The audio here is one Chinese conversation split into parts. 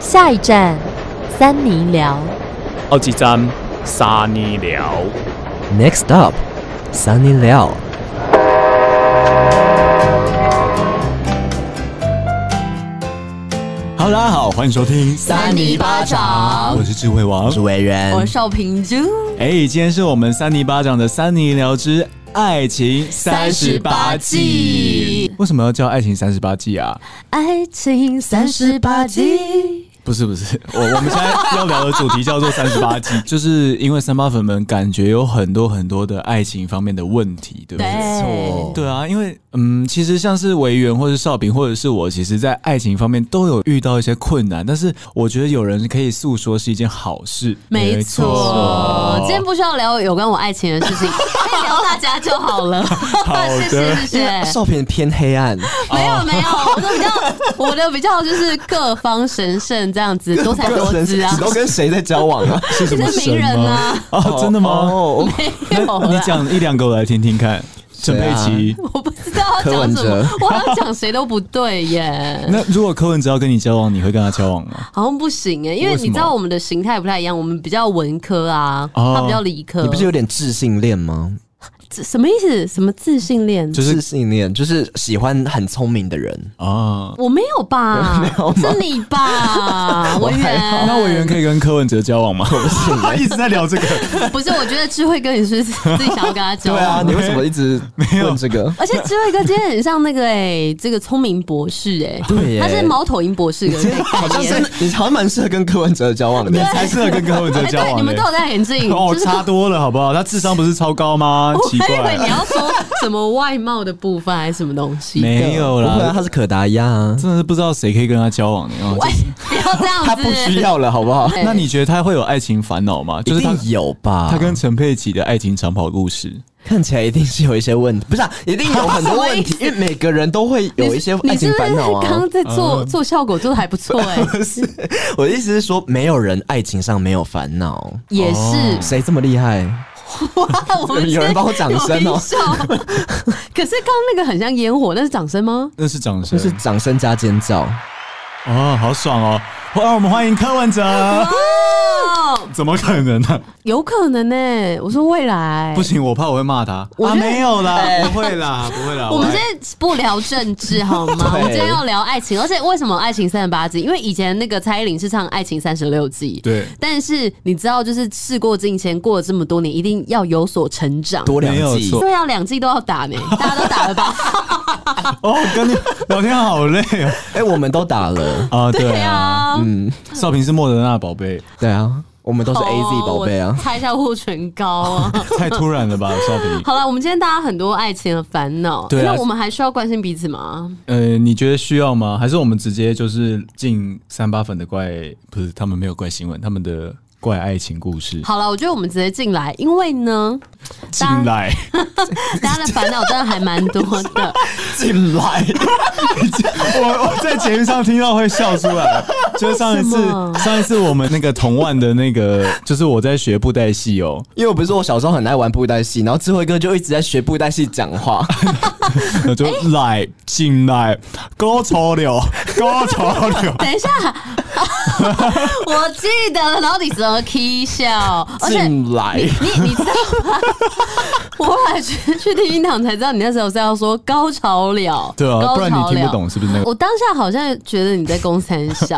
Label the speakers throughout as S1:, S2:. S1: 下一站，三尼寮。
S2: 好几站沙尼寮。
S3: Next up, Sunny Liao。
S4: Hello，大家好，欢迎收听，
S5: 三尼巴掌
S4: 我是智慧王。
S3: 委员
S5: 我是邵平珠，
S4: 哎、今天是我们三尼巴掌的三尼聊之爱情三十八计。为什么要叫爱情三十八计啊？
S5: 爱情三十八计。
S4: 不是不是， 我我们现在要聊的主题叫做三十八计，就是因为三八粉们感觉有很多很多的爱情方面的问题，对不对？
S5: 对，
S4: 对啊，因为嗯，其实像是维园或是少平或者是我，其实在爱情方面都有遇到一些困难，但是我觉得有人可以诉说是一件好事。
S5: 没错。今天不需要聊有关我爱情的事情，可以聊大家就好了。
S4: 好的
S5: 谢谢谢谢。
S3: 少平偏黑暗，
S5: 没有没有，我的比较，我的比较就是各方神圣这样子，多才多姿啊
S3: 你。都跟谁在交往啊？
S4: 是什
S5: 你
S4: 么
S5: 是
S4: 神
S5: 名人
S4: 吗？
S5: 啊？
S4: 哦，真的吗？
S3: 哦，
S5: 没
S4: 那
S5: 有啊
S4: 你
S5: 啦，
S4: 讲一两个我来听听看。陈佩琪，
S5: 我不知道要讲什
S3: 柯文
S5: 么
S3: 哲，
S5: 我好像讲谁都不对 耶。
S4: 那如果柯文哲要跟你交往，你会跟他交往吗？
S5: 好像不行哎，因为
S4: 为什么
S5: 你知道我们的形态不太一样，我们比较文科啊，
S4: 哦
S5: 他比较理科。
S3: 你不是有点自信恋吗？
S5: 这什么意思？什么自信恋？
S4: 就是
S3: 自信恋，就是喜欢很聪明的人。
S4: 啊，
S5: 我没有 吧？是你吧，文员？
S4: 那委员可以跟柯文哲交往 吗？我不
S5: 欸
S4: 信，他一直在聊这个。
S5: 不是？我觉得智慧哥，你是 不是自己想要跟他交
S3: 对啊，
S5: 往。
S3: 你为什么一直问这个？
S5: 而且智慧哥今天很像那个哎、这个聪明博士哎、
S3: 对耶
S5: 他是猫头鹰博士的
S3: 今天
S5: 概
S3: 好像真
S5: 念。
S3: 的，你好像蛮适合跟柯文哲交往
S4: 你
S3: 的。
S4: 才适合跟柯文哲
S5: 哎
S4: 交
S5: 对，你
S4: 往欸
S5: 们都有
S4: 的。
S5: 戴眼镜，
S4: 哦，
S5: 就是
S4: 差多了好不好？他智商不是超高吗？
S5: 我
S4: 奇
S5: 还以为你
S4: 怪，
S5: 要说什么外貌的部分还是什么东西，
S4: 没有
S3: 不会啊，
S4: 啦，
S3: 他是可达鸭啊，
S4: 真的是不知道谁可以跟他交往的。然后就
S5: 喂，不要这样子，
S3: 他不需要了，好不 好？
S5: 对
S4: 那你觉得他会有爱情烦恼吗？就
S3: 一
S4: 是他
S3: 定有
S5: 啊
S3: 吧？
S4: 他跟陈佩琪的爱情长跑故事，
S3: 看起来一定是有一些问题，不是、啊，一定有很多 问题，因为每个人都会有一些爱情烦恼
S5: 你是不是刚
S3: 啊
S5: 刚。在做、做效果做的还不错哎、
S3: 不是， 我的意思是说，没有人爱情上没有烦恼，
S5: 也是、
S3: 谁这么厉害？
S5: 哇，我们今天
S3: 有人帮我掌声哦
S5: 有一 笑可是刚刚那个很像烟火，那是掌声吗？
S4: 那是掌声，
S3: 就是掌声加尖叫，
S4: 哦，好爽哦！哇，我们欢迎柯 文哲，
S5: 哦，
S4: 怎么可能呢？
S5: 有可能呢、我说未来
S4: 不。行，我怕我会骂他
S5: 哎我
S4: 啊！
S5: 觉得哎
S4: 没有啦，不会啦，不会啦。
S5: 我们今
S4: 来
S5: 天不聊政治好吗？我
S3: 啊 对
S5: 们今天要聊爱情，而且为什么爱情三十八计？因为以前那个蔡依林是唱《爱情三十六计》，
S4: 对
S5: 但是你知道，就是事过境迁，过了这么多年，一定要有所成长。
S3: 多两
S4: 没有
S3: 季。
S4: 错
S5: 对啊，两季都要打呢，大家都打了吧？
S4: 哦，跟你聊天好累 哦。
S3: 哎、我们都打 了，
S4: 啊，对
S5: 对
S4: 啊，
S5: 啊，
S3: 嗯，
S4: 少平是莫德纳宝贝，
S3: 对啊，我们都
S5: 哦
S3: 是 A Z 宝贝啊
S5: 我，擦一下护唇膏啊。
S4: 太突然了吧， 少平。
S5: 好了，我们今天大家很多爱情的烦恼，
S4: 对啊
S5: 那我们还需要关心彼此吗？
S4: 呃，你觉得需要吗？还是我们直接就是进三八粉的怪？不是，他们没有怪新闻，他们的怪爱情故事。
S5: 好了，我觉得我们直接进来，因为 呢，
S4: 进 来，
S5: 大家的烦恼真的还蛮多 的。
S3: 进来，
S4: 我我在节目上听到会笑出来，就是上一次
S5: 为什么
S4: 上一次我们那个同万的那个，就是我在学布袋戏 哦，
S3: 因为我不是说我小时候很爱玩布袋戏，然后智慧哥就一直在学布袋戏讲话，
S4: 我就来进来，高潮流，高潮
S5: ，
S4: 流
S5: 等一下，我记得了，然后你怎么 k 笑？ 而且
S3: 进 来，
S5: 你你知道吗？ 我后来去去听音堂才知道，你那时候是要说高潮了，
S4: 对啊，
S5: 高
S4: 不
S5: 潮
S4: 然
S5: 了
S4: 你听不。懂是不是那个？
S5: 我当下好像觉得你在公三 小，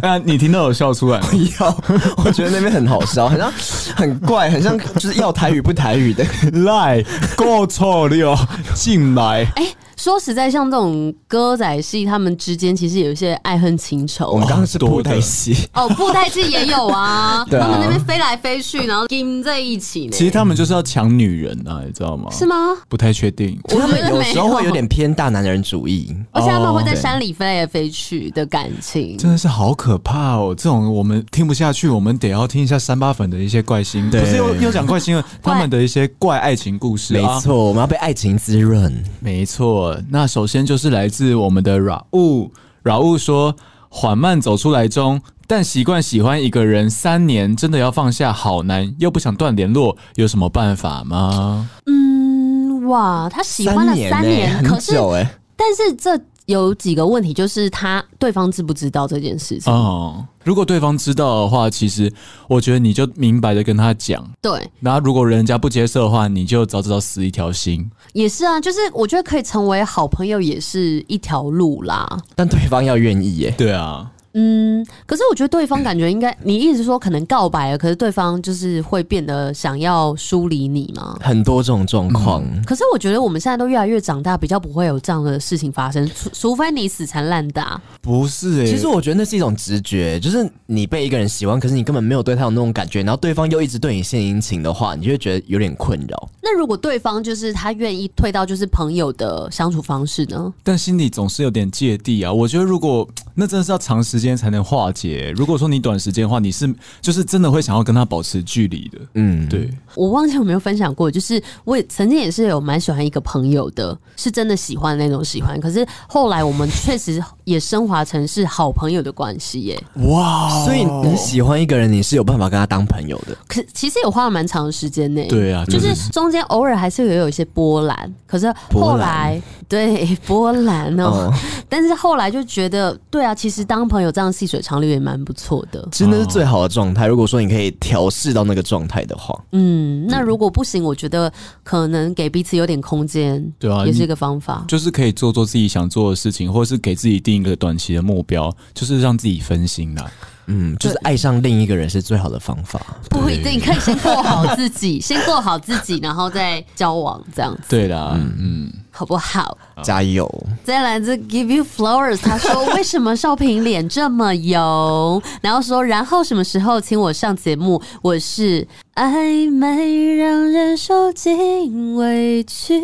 S4: 啊，你听到有笑出来吗？
S3: 要，我觉得那边很好笑，很像很怪，很像就是要台语不 台语的。
S4: 来，高潮流，进来，
S5: 哎、说实在，像这种歌仔戏，他们之间其实有一些爱恨情
S3: 我
S5: 仇
S3: 们。刚刚是布袋戏，
S5: 哦，布袋戏也有啊，
S3: 对啊
S5: 他们那边飞来飞去，然后跟在一起呢。
S4: 其实他们就是要抢女人啊，你知道吗？
S5: 是吗？
S4: 不太确定。
S5: 我
S3: 他
S5: 觉
S3: 们
S5: 得
S3: 有
S5: 没
S3: 时候会有，点偏大男人主义。
S5: 而且他们会在
S3: 哦
S5: 山里飞来飞去的感情。
S4: 真的是好可怕哦！这种我们听不下去，我们得要听一下三八粉的一些怪新，不是又又讲 怪新了，他们的一些怪爱情故事、
S3: 没
S4: 啊。
S3: 错，我们要被爱情滋润。
S4: 没错，那首先就是来自我们的软物，软物说缓慢走出来中，但习惯喜欢一个人三年，真的要放下好难，又不想断联络，有什么办法吗？
S5: 嗯，哇，他喜欢了
S3: 三
S5: 三年，
S3: 欸很
S5: 可是
S3: 久哎、
S5: 但是这有几个问题，就是他对方知不知道这件事情？
S4: 哦，如果对方知道的话，其实我觉得你就明白的跟他讲。
S5: 对，
S4: 那如果人家不接受的话，你就早知道死一条心。
S5: 也是啊，就是我觉得可以成为好朋友也是一条路啦。
S3: 但对方要愿意耶。
S4: 对啊，
S5: 嗯，可是我觉得对方感觉应该，你一直说可能告白了，可是对方就是会变得想要疏离你嘛。
S3: 很多这种状况，
S5: 可是我觉得我们现在都越来越长大，比较不会有这样的事情发生，除除非你死缠烂打。
S4: 不是诶、
S3: 其实我觉得那是一欸种直觉，就是你被一个人喜欢，可是你根本没有对他有那种感觉，然后对方又一直对你献殷勤的话，你就会觉得有点困扰。
S5: 那如果对方就是他愿意退到就是朋友的相处方式呢？
S4: 但心里总是有点芥蒂啊。我觉得如果那真的是要长时间才能化解。欸如果说你短时间的话，你是就是真的会想要跟他保持距离的。
S3: 嗯，
S4: 对，
S5: 我忘记有没有分享过，就是我也曾经也是有蛮喜欢一个朋友的，是真的喜欢那种喜欢。可是后来我们确实也升华成是好朋友的关系耶。
S4: 哇
S3: 所以你喜欢一个人，你是有办法跟他当朋友的。
S5: 可其实也花了蛮长的时间呢。
S4: 对啊，
S5: 就是中间偶尔还是有有一些波澜，可是后来对波澜哦，
S3: 哦，
S5: 但是后来就觉得，对啊，其实当朋友这样细水长流也蛮不错的。
S3: 其实那是最好的状态。如果说你可以调试到那个状态的话，
S5: 嗯，那如果不行，我觉得可能给彼此有点空间，
S4: 对啊
S5: 也是
S4: 你
S5: 一个方法。
S4: 就是可以做做自己想做的事情，或者是给自己定一个短期的目标，就是让自己分心啊啦。
S3: 嗯，就是爱上另一个人是最好的方法。
S5: 不一定，可以先过好自己，先过好自己，然后再交往，这样子
S4: 对啦，嗯，
S5: 好不好？
S3: 加油！
S5: 再来自 Give You Flowers，他说为什么少平脸这么油？然后说，然后什么时候请我上节目？我是暧昧让人受尽委屈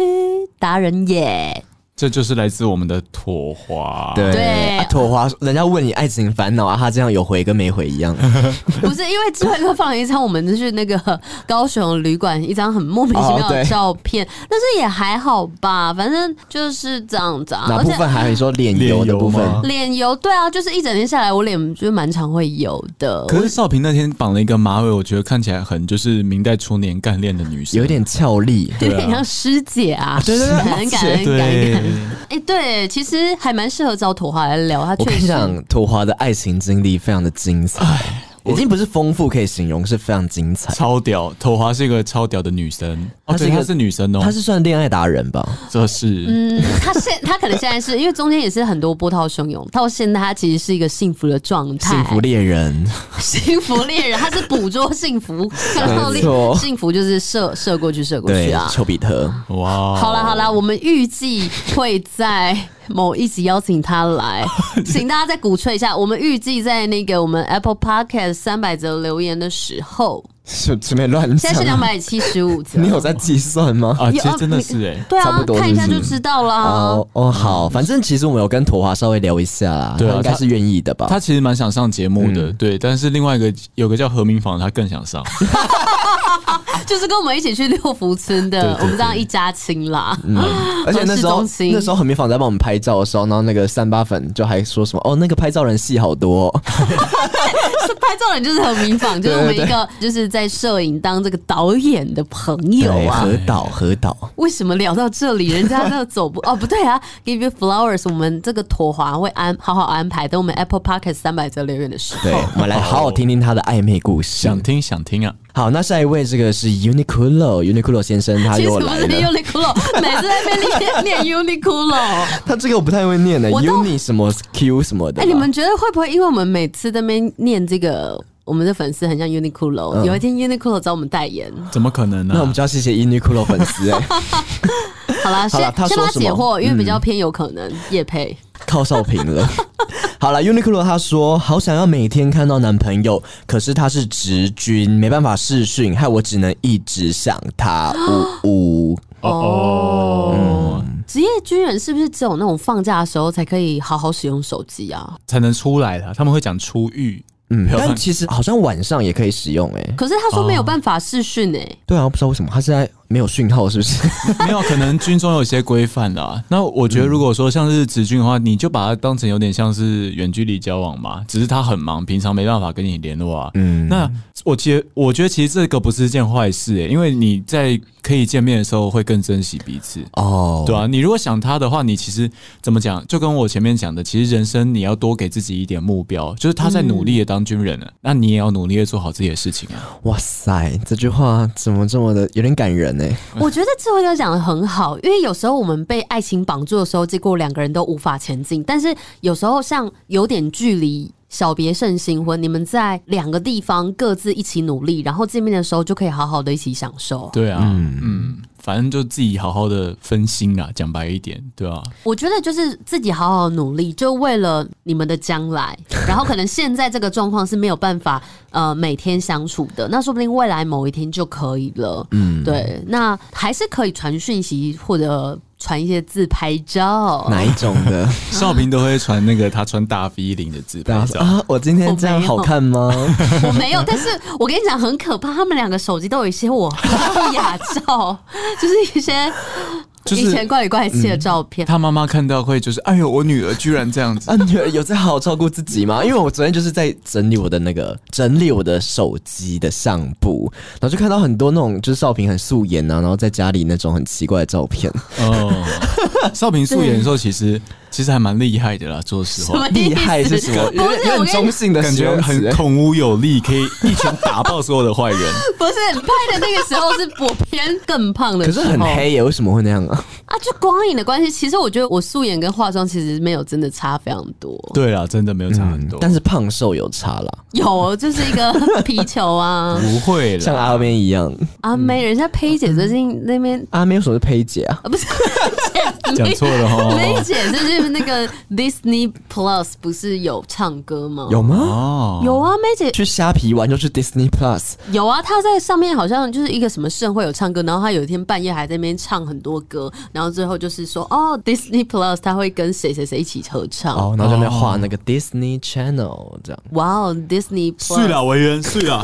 S5: 达人耶。
S4: 这就是来自我们的火花。
S3: 对，
S5: 对
S3: 啊、妥华，人家问你爱情烦恼啊，他这样有回跟没回一样。
S5: 不是因为智慧哥放了一张我们就是那个高雄旅馆一张很莫名其妙
S3: 哦
S5: 的
S3: 对
S5: 照片，但是也还好吧，反正就是这样子啊。
S3: 哪
S5: 而
S3: 部
S5: 且
S3: 分还有你说脸油的部分
S4: 脸油吗
S5: 脸油，对啊，就是一整天下来，我脸就是蛮常会油的。
S4: 可是少平那天绑了一个马尾，我觉得看起来很就是明代初年干练的女生，
S3: 有点俏丽，
S5: 有 点像师姐啊，
S3: 对对对
S5: 感恩感恩感恩
S4: 对
S5: 感恩。 哎，对，其实还蛮适合找土豪来聊，他
S3: 我
S5: 确
S3: 跟你
S5: 实。
S3: 讲，土华的爱情经历非常的精彩，已经不是丰富可以形容，是啊非常精彩。
S4: 超屌。头华是一个超屌的女生，哦，
S3: 她是
S4: 对，
S3: 一个
S4: 她是女生哦，
S3: 他是算恋爱达人吧？
S4: 这是
S5: 嗯， 他现他可能现在是因为中间也是很多波涛汹涌，到现在他其实是一个幸福的状态，
S3: 幸福猎人，
S5: 幸福猎人，他是捕捉幸福， 然后猎
S3: 没错
S5: 幸福就是射射过去射过去
S3: 对
S5: 啊，。
S3: 丘比特。
S4: 哇，哦
S5: 好啦好啦，我们预计会在某一集邀请他 来，请大家再鼓吹一下。我们预计在那个我们 Apple Podcast 三百则留言的时候，
S3: 就随便乱
S5: 现在是两百七十五则，
S3: 啊 你有在计算吗？
S4: 啊，其
S5: 有
S4: 实
S5: 啊
S4: 真的
S5: 你
S4: 是哎，
S5: 对
S3: 差
S5: 啊
S3: 不，多
S5: 看一下
S3: 是不
S5: 就是知道啦。
S3: 哦哦，好，反正其实我们有跟土华稍微聊一下啦，
S4: 对啊
S3: 他应该是愿意的吧？
S4: 她其实蛮想上节目的，对，但是另外一个有个叫何明坊，她更想 上，
S5: 就是跟我们一起去六福村的，
S4: 对对对
S5: 我们这样一家亲啦。
S3: 嗯
S5: 哦
S3: 而且那时候
S5: 市中心
S3: 那时候何明坊在帮我们拍照的时候，然后那个三八粉就还说什么哦，那个拍照人戏好多 哦、
S5: 是 拍照人就是很民 访，就是我们一个就是在摄影当这个导演的朋友
S3: 对，
S5: 啊。
S3: 何导何导，
S5: 为什么聊到这里，人家都走不 哦？不对啊，Give you flowers，我们这个妥华会安好好安排，等我们 Apple Podcast 三百则留言的时候
S3: 对，，我们来好好听听他的暧昧故事。
S4: 想听想听啊，
S3: 好，那下一位这个是 Uniqlo，Uniqlo 先生他
S5: 其实
S3: 又
S5: 不
S3: 来
S5: 是
S3: 了，
S5: Uniqlo，每次在那边念 念 Uniqlo。
S3: 他这个我不太会念的、
S5: 我都
S3: Uni 什么 Q 什么的吧。
S5: 哎、你们觉得会不会因为我们每次在那边念这个，我们的粉丝很像 Uniqlo，、有一
S3: 嗯
S5: 天 Uniqlo 找我们代言？
S4: 怎么可能呢啊
S3: 那我？们就要谢谢 Uniqlo 粉 丝哎、
S5: 好啦，
S3: 好
S5: 先
S3: 啦他
S5: 先
S3: 说
S5: 把它
S3: 什么嗯
S5: 解惑，因为比较偏有可能叶配。
S3: 靠少平了。好了，Uniqlo 他说好想要每天看到男朋友，可是他是直军，没办法视讯，害我只能一直想他。 呜呜，
S5: 哦，
S3: 嗯
S5: 职业军人是不是只有那种放假的时候才可以好好使用手机啊？
S4: 才能出来的，他们会讲出狱，
S3: 嗯，
S4: 没有
S3: 但
S4: 办
S3: 其实好像晚上也可以使用哎、
S5: 可是他说没有办法视讯诶、欸
S3: 对啊，不知道为什么他是在没有讯号，是不是？
S4: 没有，可能军中有些规范啦。那我觉得，如果说像是直军的话，你就把它当成有点像是远距离交往嘛，只是他很忙，平常没办法跟你联络啊。
S3: 嗯，
S4: 那我其实我觉得其实这个不是件坏事、欸，因为你在可以见面的时候会更珍惜彼此。
S3: 哦，
S4: 对啊，你如果想他的话，你其实怎么讲？就跟我前面讲的，其实人生你要多给自己一点目标，就是他
S3: 嗯
S4: 在努力的当军人了，那你也要努力的做好自己的事情啊。
S3: 哇塞，这句话怎么这么的有点感人呢？
S5: 我觉得智慧哥讲的很好，因为有时候我们被爱情绑住的时候，结果两个人都无法前进。但是有时候像有点距离。小别胜新婚，你们在两个地方各自一起努力，然后见面的时候就可以好好的一起享受。
S4: 对啊，嗯反正就自己好好的分心啊，讲白一点，对啊，
S5: 我觉得就是自己好好努力，就为了你们的将来。然后可能现在这个状况是没有办法呃每天相处的，那说不定未来某一天就可以了。嗯，对，那还是可以传讯息或者传一些自拍照。
S3: 哪一种 的？
S4: 少平都会传那个他穿大 V 领的自
S3: 对
S4: 拍
S3: 啊
S4: 照，
S3: 啊，我今天这样好看吗？
S5: 我没有，但是我跟你讲很可怕，他们两个手机都有一些我不雅照，就是一些
S4: 就是
S5: 以前怪里怪气
S3: 嗯
S5: 的照片。
S4: 他妈妈看到会就是，哎呦，我女儿居然这样子。
S3: 啊，女儿有在好好照顾自己吗？因为我昨天就是在整理我的那个整理我的手机的相簿，然后就看到很多那种就是少平很素颜啊，然后在家里那种很奇怪的 照片，
S4: 哦， 少平素颜的时候，其实其实还蛮厉害的啦，说实
S5: 什
S4: 话
S5: 么。意思
S3: 厉害是什么？
S5: 不
S3: 有点
S5: 是
S3: 有
S5: 我跟
S3: 点中
S5: 你
S3: 性的
S4: 感
S3: 形
S4: 觉
S3: 容
S4: 很
S3: 词，
S4: 孔武有力，可以一拳打爆所有的坏人。
S5: 不是拍的那个时候是我偏更胖的
S3: 可
S5: 时
S3: 是
S5: 候，
S3: 很黑耶，为什么会那样啊？
S5: 啊，就光影的关系，其实我觉得我素颜跟化妆其实没有真的差非常多，
S4: 对啦，真的没有差很
S5: 哦
S4: 多，
S3: 但是胖瘦有差啦，
S5: 有哦就是一个皮球啊，
S4: 不会
S3: 像
S4: 啦。
S3: 阿妹一样，
S5: 阿妹，人家佩姐最近那 边
S3: 阿妹为什么是佩姐啊？
S5: 啊，不是
S4: 讲 错了哦
S5: 梅姐就是那个 Disney Plus 不是有唱歌吗？
S3: 有吗？
S4: 哦，
S5: 有啊，梅姐
S3: 去虾皮玩就去 Disney Plus，
S5: 有啊，她在上面好像就是一个什么盛会有唱歌，然后她有一天半夜还在那边唱很多歌，然后最后就是说哦，Disney Plus 她会跟谁谁谁一起合唱，
S3: 哦，然后在那边画那个 Disney Channel 这样。
S5: 哇哦，Disney
S4: 睡
S5: Plus
S4: 了，维恩，睡了。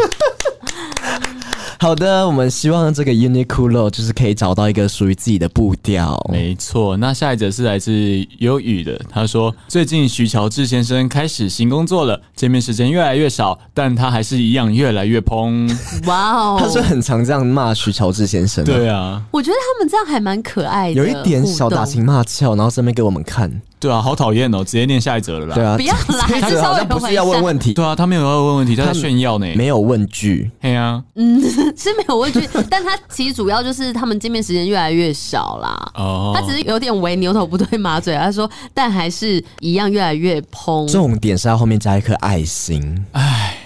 S3: 好的，我们希望这个 Uniqlo 就是可以找到一个属于自己的步调。
S4: 没错，那下一则是来自忧郁的，他说最近徐乔治先生开始新工作了，见面时间越来越少，但他还是一样越来越蓬。
S5: 哇哦，
S3: 他是很常这样骂徐乔治先生，，
S4: 对啊，
S5: 我觉得他们这样还蛮可爱的，
S3: 有一点小打
S5: 互动
S3: 情骂俏，然后顺便给我们看，
S4: 对啊，好讨厌哦，直接念下一则了啦。
S3: 对，啊，
S5: 不要啦，还
S3: 这
S5: 是
S3: 个
S5: 稍
S3: 好
S5: 微
S3: 像不
S5: 回
S3: 是要问问题，
S4: 对啊，他没有要问问题，他在
S3: 他
S4: 炫耀呢。
S3: 没有问句，
S4: 嘿啊，
S5: 一下， 是没有问题，但他其实主要就是他们见面时间越来越少啦。
S4: 哦，
S5: 他只是有点为牛头不对马嘴，他说，但还是一样越来越蓬，
S3: 重点是要后面加一颗爱心，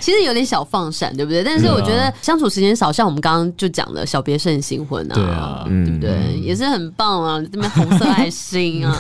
S5: 其实有点小放闪，对不对？但是
S4: 对啊
S5: 我觉得相处时间少，像我们刚刚就讲的小别胜新婚啊，
S4: 对啊
S3: 嗯
S5: 对不对？也是很棒啊， 这边红色爱心啊。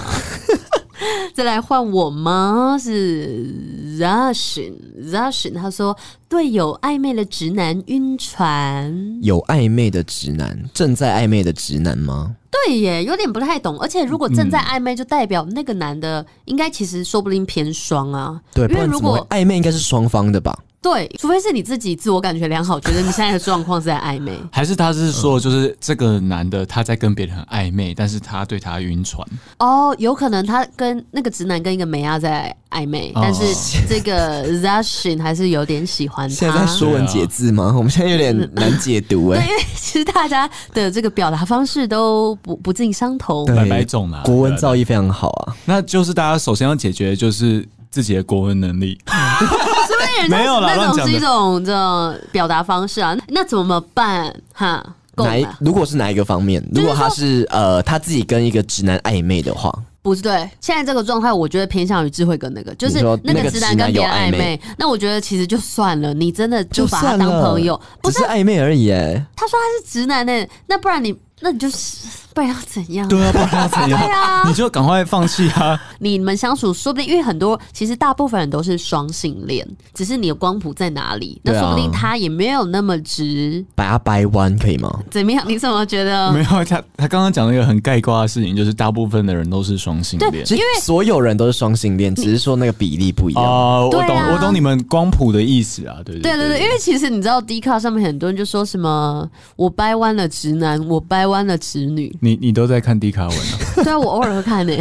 S5: 再来换我吗？是 Zashin Zashin，他说对有暧昧的直男晕船，
S3: 有暧昧的直男，正在暧昧的直男吗？
S5: 对耶，有点不太懂。而且如果正
S3: 嗯
S5: 在暧昧，就代表那个男的应该其实说不定偏双啊，
S3: 对，
S5: 因
S3: 不
S5: 为
S3: 然
S5: 如
S3: 怎么会
S5: 果啊
S3: 暧昧应该是双方的吧？
S5: 对，除非是你自己自我感觉良好，觉得你现在的状况是在暧昧。
S4: 还是他是说，就是这个男的他在跟别人很暧昧，但是他对他晕船。
S5: 哦，有可能他跟那个直男跟一个美亚在暧昧，
S4: 哦
S5: 但是这 个 Zashin 还是有点喜欢
S3: 现在在
S5: 他。
S3: 说文解字吗？我们现在有点难解读哎、
S5: 对，因为其实大家的这个表达方式都不不尽相同。
S3: 对
S4: 百百种啦，
S3: 国文
S4: 对啊
S3: 造诣非常好啊！
S4: 那就是大家首先要解决的就是自己的国文能力。
S5: 所以人
S4: 没有啦
S5: 家那
S4: 乱
S5: 种
S4: 讲
S5: 是
S4: 的
S5: 一种这表达方式啊，那那怎么办？哈，够
S3: 哪一
S5: 了，
S3: 如果是哪一个方面？如果他是呃他自己跟一个直男暧昧的话，
S5: 不是对。现在这个状态，我觉得偏向于智慧跟那个，就
S3: 你
S5: 是
S3: 说
S5: 那
S3: 那
S5: 个
S3: 个
S5: 直
S3: 直
S5: 男跟
S3: 男
S5: 别
S3: 有
S5: 人暧
S3: 暧昧
S5: 昧，那我觉得其实就算了，你真的就把他
S3: 算
S5: 当
S3: 了
S5: 朋友。不
S3: 只
S5: 是
S3: 是暧昧而已、欸。
S5: 他说他是直男呢、那不然你那你就是不然要怎样？
S4: 对啊，不然要怎样？
S5: 对啊
S4: 你就赶快放弃啊！
S5: 你们相处，说不定因为很多，其实大部分人都是双性恋，只是你的光谱在哪里，那
S3: 对啊
S5: 说不定他也没有那么直。
S3: 把它掰弯啊可以吗？
S5: 怎么样？你怎么觉得
S4: 没？有他，他刚刚讲了一个很概括的事情，就是大部分的人都是双性恋。
S3: 因为所有人都是双性恋，只是说那个比例不一样。
S4: 哦，
S5: 对
S4: 我
S5: 啊
S4: 懂，我懂你们光谱的意思啊，对对
S5: 对对对，因为其实你知道，D 卡上面很多人就说什么“我掰弯了直男，我掰弯了直女
S4: 你你都在看迪卡文啊？”，
S5: 对啊，我偶尔会看呢、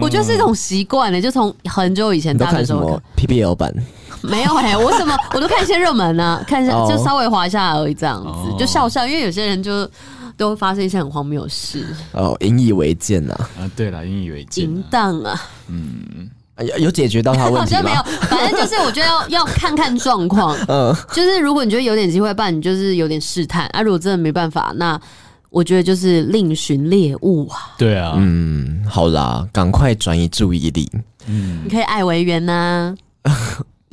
S5: 我觉得是一种习惯呢，欸就从很久以前
S3: 你都
S5: 大学
S3: 看
S5: 时
S3: 什
S5: 候
S3: 么 PBL 版？
S5: 看 没有哎、我什么我都看一些热门啊，看一下
S3: 哦
S5: 就稍微滑一下而已，这样子
S4: 哦
S5: 就笑笑，因为有些人就都会发生一些很荒谬的事，
S3: 哦，引以为鉴呐、啊
S4: 啊，对了，引以为戒
S5: 淫荡啊。
S3: 哎有有解决到他的
S5: 好
S3: 问题
S5: 像没有
S3: 吗？，
S5: 反正就是我觉得要要看看状况。
S3: 嗯，
S5: 就是如果你觉得有点机会办，你就是有点试探啊。如果真的没办法，那我觉得就是另寻猎物啊。
S4: 对啊，
S3: 嗯，好啦，赶快转移注意力，嗯
S5: 你可以爱啊维园 呐，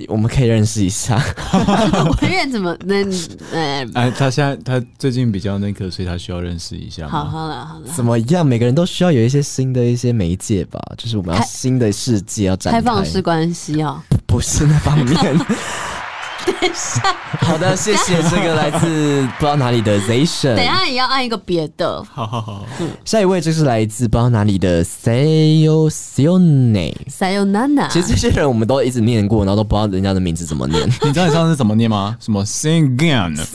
S3: 我们可以认识 一下。哦
S5: 维园怎么那呃，
S3: 嗯
S4: 哎，他现在他最近比较那个，所以他需要认识一下
S5: 好
S4: 嘛。
S5: 好了好了，
S3: 怎么样？每个人都需要有一些新的一些媒介吧，就是我们要
S5: 开
S3: 新的世界要展开。嗯
S5: 开放式关系哦。
S3: 不是那方 面。好的，谢谢这个来自 不知道哪里的 Zation。
S5: 等一下也要按一个别的，
S4: 好好好，
S3: 下一位就是来自不知道哪里的 Sayo Sione。
S5: 塞有娜娜，
S3: 其实这些人我们都一直念过，然后都不知道人家的名字怎 么念。
S4: 你知道你上次怎么念 吗？什么 sing again？
S3: 啊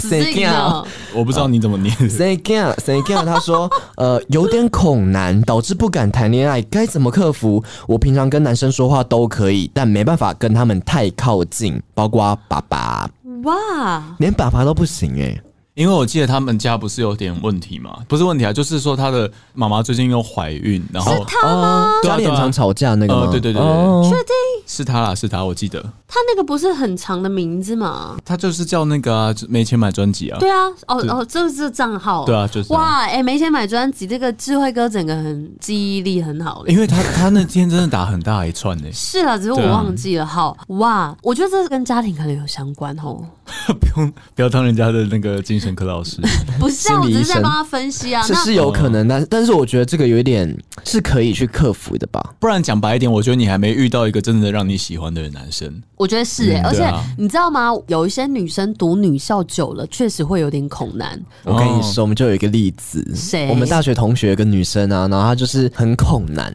S5: Signal
S4: 我不知道你怎么 念。
S3: Sagan Sagan，他说， 呃，有点恐男，导致不敢谈恋爱，该怎么克服？我平常跟男生说话都可以，但没办法跟他们太靠近，包括爸爸，
S5: 哇，
S3: 连爸爸都不行哎、
S4: 因为我记得他们家不是有点问题嘛，不是问题啊，就是说他的妈妈最近又怀孕，然后
S3: 哦，
S4: 对啊
S3: 家里很常吵架那个吗？
S4: 呃对对对对
S3: 哦
S5: 确定
S4: 是他啦，是他，我记得
S5: 他那个不是很长的名字吗？
S4: 他就是叫那个啊，就没钱买专辑啊。
S5: 对啊，哦
S4: 对
S5: 哦，这是账号，
S4: 对啊就是啊
S5: 哇，哎、没钱买专辑，这个智慧哥整个很记忆力很好嘞。
S4: 因为他他那天真的打很大一串呢、
S5: 是啦，只是我
S4: 对啊
S5: 忘记了。好哇，我觉得这跟家庭可能有相关哦。
S4: 不用不要当人家的那个精神科老师，
S5: 不是啊，
S3: 心
S5: 我
S3: 理医
S5: 只
S3: 生
S5: 是在帮他分析啊。
S3: 这
S5: 那
S3: 是有可能，但但是我觉得这个有一点是可以去克服的吧。
S4: 不然讲白一点，我觉得你还没遇到一个真的让你喜欢的男生。
S5: 我觉得是
S3: 嗯
S5: 耶、而
S4: 对
S5: 且
S4: 啊
S5: 你知道吗？有一些女生读女校久了，确实会有点恐男。
S3: 我跟你说，我们就有一个例子，
S5: 谁
S3: 我们大学同学有个女生啊，然后她就是很恐男，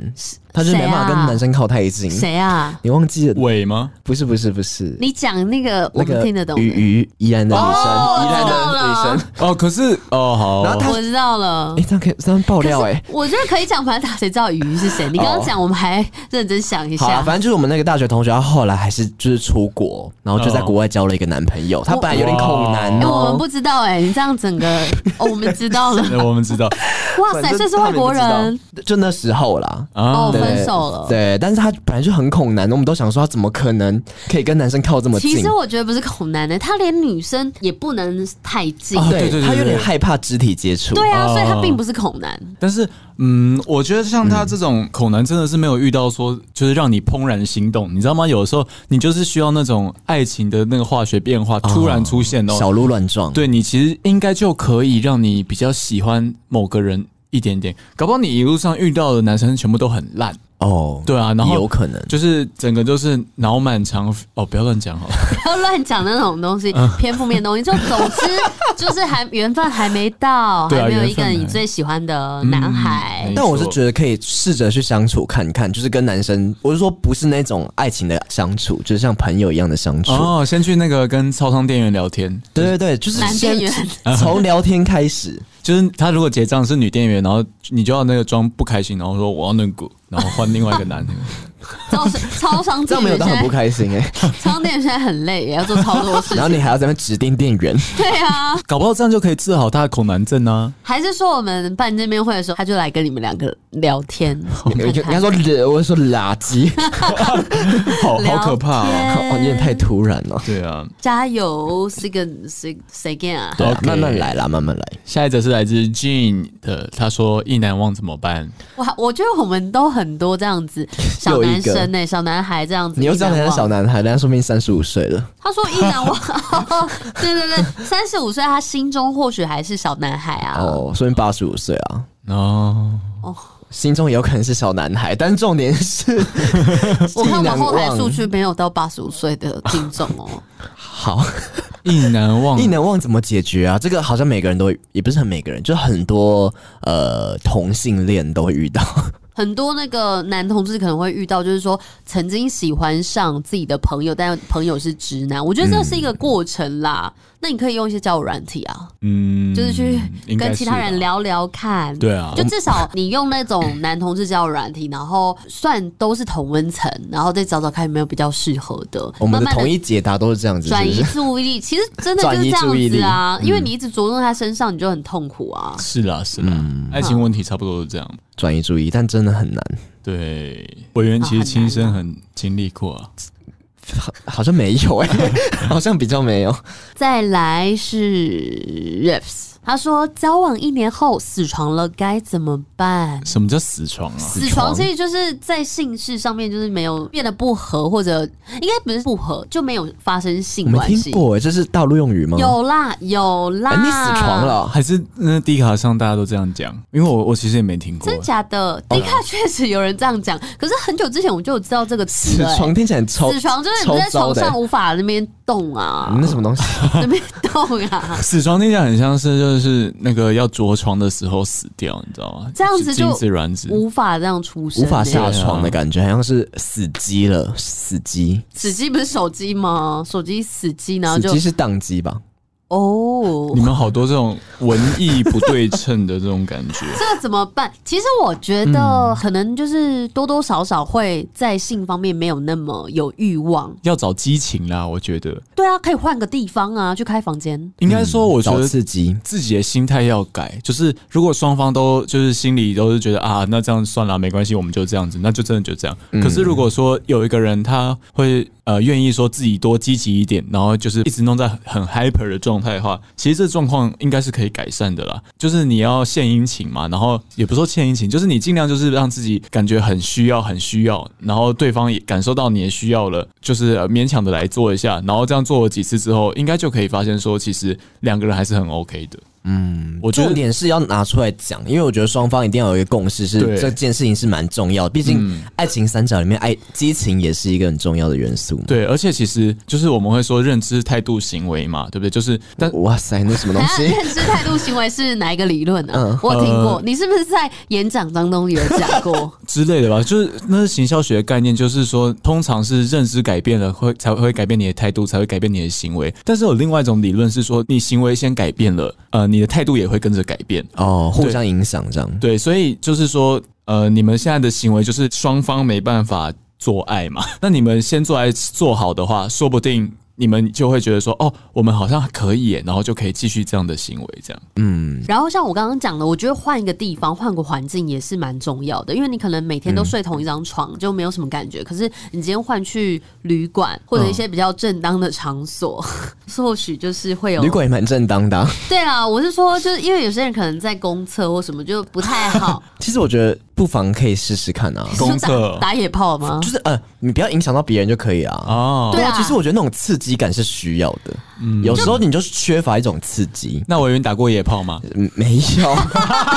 S3: 她就是没办法
S5: 谁
S3: 跟
S5: 啊
S3: 男生靠太近。
S5: 谁啊？
S3: 你忘记了？
S4: 伟吗？
S3: 不是不是不是，
S5: 你讲那个我
S3: 那
S5: 们
S3: 个
S5: 听得懂的。
S3: 鱼鱼宜兰的女
S5: 哦
S3: 生，宜兰
S5: 我知道
S3: 的
S5: 了
S3: 女生，
S4: 哦，可是哦好，
S3: 然后他
S5: 我知道了
S3: 哎，。这样可以这样爆
S5: 可
S3: 料哎
S5: 是。我觉得可以讲，反正打谁知道鱼是谁？你刚刚讲，我们还认真想一
S3: 哦好啊
S5: 下。
S3: 啦，反正就是我们那个大学同学，她后来还是就是出国，然后就在
S4: 哦
S3: 国外交了一个男朋友。她本来有点恐男
S5: 哎、哦我
S3: 哦
S5: 们，不知道哎、你这样 整个哦，我们知道了。
S4: 那我们 知道
S5: 哇
S3: 反
S5: 塞，
S3: 正
S5: 这是
S3: 他
S5: 外
S3: 们也
S5: 国
S3: 不知道
S5: 人，
S3: 就那时候啦。
S4: 啊
S5: 哦，
S3: 对
S5: 分手了。
S3: 对，但是他本来就很恐男，我们都想说他怎么可能可以跟男生靠这么近？哦
S5: 其实我觉得不是恐男的、他连女生也不能太近。
S3: 哦
S4: 对对对
S3: 他有点
S4: 对
S3: 害怕肢体接触。
S5: 对啊，
S4: 哦
S5: 所以他并不是恐男。
S4: 但是，嗯，我觉得像他这种口男真的是没有遇到说，就是让你怦然心动，你知道吗？有的时候你就是需要那种爱情的那个化学变化突然出现哦，
S3: 小鹿乱撞。
S4: 对你其实应该就可以让你比较喜欢某个人一点点，搞不好你一路上遇到的男生全部都很烂，
S3: 哦，
S4: 对啊，然后
S3: 有可能。
S4: 就是整个就是脑满肠哦，不要乱讲好了，
S5: 不要乱讲那种东西，
S3: 嗯
S5: 偏负面的东西。就总之就是还缘分还没 到，
S4: 对啊
S5: 还没有一个
S4: 缘分还
S5: 你最喜欢的男孩。
S4: 嗯
S3: 但我是觉得可以试着去相处看看，就是跟男生，我是说不是那种爱情的相处，就是像朋友一样的相处。
S4: 哦，先去那个跟超商店员聊天，
S3: 对对对，就是
S5: 男
S3: 先
S5: 店员
S3: 从聊天开始，
S4: 就是他如果结账是女店员，然后你就要那个装不开心，然后说我要那个，然后换另外一个男的。
S5: 超商超商
S3: 这
S5: 店
S3: 样没有
S5: 员
S3: 到
S5: 现在
S3: 很不，开心 哎、
S5: 超商店员现在很累，也要做超多事
S3: 然后
S5: 情。
S3: 你还要在那边指定店员，
S5: 对啊，
S4: 搞不好这样就可以治好他的恐男症啊！
S5: 还是说我们办见面会的时候，他就来跟你们两个聊天，我们
S3: 你
S5: 看
S3: 看
S5: 看
S3: 他说惹，我说垃圾，
S4: 好
S5: 聊
S4: 好可怕哦！
S5: 天
S3: 哦，你也太突然 了。
S4: 对啊，
S5: 加油，是个谁谁干啊？
S3: 对啊
S4: OK
S3: 慢慢来啦，慢慢来。
S4: 下一则是来自 Jean 的，他说意难忘怎么办？
S5: 哇，我觉得我们都很多这样 子小男生呢、小男孩这样子。
S3: 你又知道人
S5: 很
S3: 家小男孩，人家说明三十五岁了。
S5: 他说一男 忘，对对对，三十五岁他心中或许还是小男孩啊。
S3: 哦哦，说明八十五岁啊，
S4: 哦，
S3: 心中有可能是小男孩，但重点是
S5: 我看我们后台数
S3: 据
S5: 据没有到八十五岁的听众哦，
S3: 好。
S4: 意难忘
S3: 意。难忘怎么解决啊？这个好像每个人都会，也不是很每个人，就是很多呃同性恋都会 遇到。
S5: 很多那个男同志可能会遇到，就是说曾经喜欢上自己的朋友，但朋友是直男，我觉得这是一
S3: 嗯
S5: 个过程啦。那你可以用一些交友软体啊，
S4: 嗯，
S5: 就是去
S4: 应该
S5: 跟其他
S4: 是啊吧
S5: 人。聊聊看。
S4: 对啊
S5: 就至少你用那 种男同志交友软体，然后算都是同温层，然后再找找看有没有比较适合的。
S3: 我们
S5: 慢
S3: 的
S5: 慢地
S3: 统一解答都是这样子，
S5: 转
S3: 是
S5: 移
S3: 不是
S5: 注意力，其实真的就是这
S3: 转移注意
S5: 样
S3: 力嗯
S5: 子啊，因为你一直着重在他身上，你就很痛苦啊。
S4: 是啦，是啦，爱情问题差不多是这样。
S3: 转移注意，但真 的很难，
S5: 啊
S4: 对，委员其实亲身很经历过啊。
S3: 好像没有哎、 好像比较没有。
S5: 再来是 Rips，他说交往一年后死床了该怎么办？
S4: 什么叫死床啊？
S5: 死床其实就是在性事上面就是没有变得不合，或者应该不是不合，就没有发生
S3: 我
S5: 性
S3: 没
S5: 关
S3: 听
S5: 系。
S3: 过哎、这是大陆用语吗？
S5: 有啊啦有啦、
S3: 哎、你死床？了，
S4: 还是那低卡上大家都这样讲？因为我我其实也没听过啊
S5: 真。假的？
S3: 哦
S5: 迪卡确 实有人这样讲，可是很久之前我就有知道这个词
S3: 死
S5: 了、
S3: 床听起来很超
S5: 死床就是你在床
S3: 超糟的欸
S5: 上无法那边动啊，
S3: 嗯那什 么东西？
S5: 那边动 啊，
S4: 死床听起来很像是就是那个要着床的时候死掉，你知道吗？
S5: 这样子
S4: 是
S5: 就
S4: 精子卵子。
S5: 无法这样出声、欸
S3: 无法下。床的感觉，好像是死机了，死机，
S5: 死机不是手机吗？手机死机，然后
S3: 死
S5: 就
S3: 机是宕机吧？
S5: 哦
S4: 你，们好多这种文艺不对称的这种感觉。
S5: 这个怎么办？其实我觉
S3: 嗯
S5: 得可能就是多多少少会在性方面没有那么有欲望。
S4: 要找激情啦，我觉得
S5: 对啊，可以换个地方啊，去开房间。
S4: 应该说，我觉
S3: 找
S4: 得
S3: 刺激，
S4: 自己的心态要改，就是如果双方都就是心里都是觉得啊，那这样算了，没关系，我们就这样子，那就真的就这样。可是如果说有一个人他会呃愿意说自己多积极一点，然后就是一直弄在很 hyper 的状态的话，其实这状况应该是可以改善的啦。就是你要献殷勤嘛，然后也不是说献殷勤，就是你尽量就是让自己感觉很需要，很需要，然后对方也感受到你的需要了，就是呃勉强的来做一下，然后这样做了几次之后，应该就可以发现说，其实两个人还是很 OK 的。我觉
S3: 嗯重
S4: 得
S3: 点是要拿出来讲，因为我觉得双方一定要有一个共识，是
S4: 对
S3: 这件事情是蛮重要的。毕竟爱情三角里面，爱激情也是一个很重要的元素嘛。
S4: 对，而且其实就是我们会说认知、态度、行为嘛，对不对？就是但
S3: 哇塞，那什么
S5: 等
S3: 东
S5: 一下
S3: 西？ 嗯
S5: 认知态度行为是哪一个理论呢、啊？我有听
S4: 呃
S5: 过，你是不是在演讲当中有讲 过？
S4: 之类的吧，就是那是行销学的概念，就是说通常是认知改变了，会才会改变你的态度，才会改变你的行为。但是有另外一种理论是说，你行为先改变了，呃，你的态度也会跟着改变。
S3: 哦，互相影响这样。
S4: 对，所以就是说，呃，你们现在的行为就是双方没办法做爱嘛。 那你们先做爱做好的话，说不定你们就会觉得说，哦，我们好像可以耶，然后就可以继续这样的行为，这样。
S3: 嗯
S5: 然后像我刚刚讲的，我觉得换一个地方、换个环境也是蛮重要的，因为你可能每天
S3: 嗯
S5: 都睡同一张床，就没有什么感觉。可是你今天换去旅馆或
S3: 嗯
S5: 者一些比较正当的场所， 或许就是会有
S3: 旅。馆也蛮正当的啊、
S5: 对啊，我是说，就是因为有些人可能在公厕或什么就不太 好，
S3: 其实我觉得不妨可以试试看啊，
S4: 公
S5: 就
S4: 厕
S5: 打打野炮吗
S3: 就？是呃，你不要影响到别人就可以啊。
S4: 哦，
S5: 对啊
S3: 其实我觉得那种刺激感是需要的，有时候你就是缺乏一种刺激。
S4: 那我有打过野炮吗？
S3: 嗯，没有，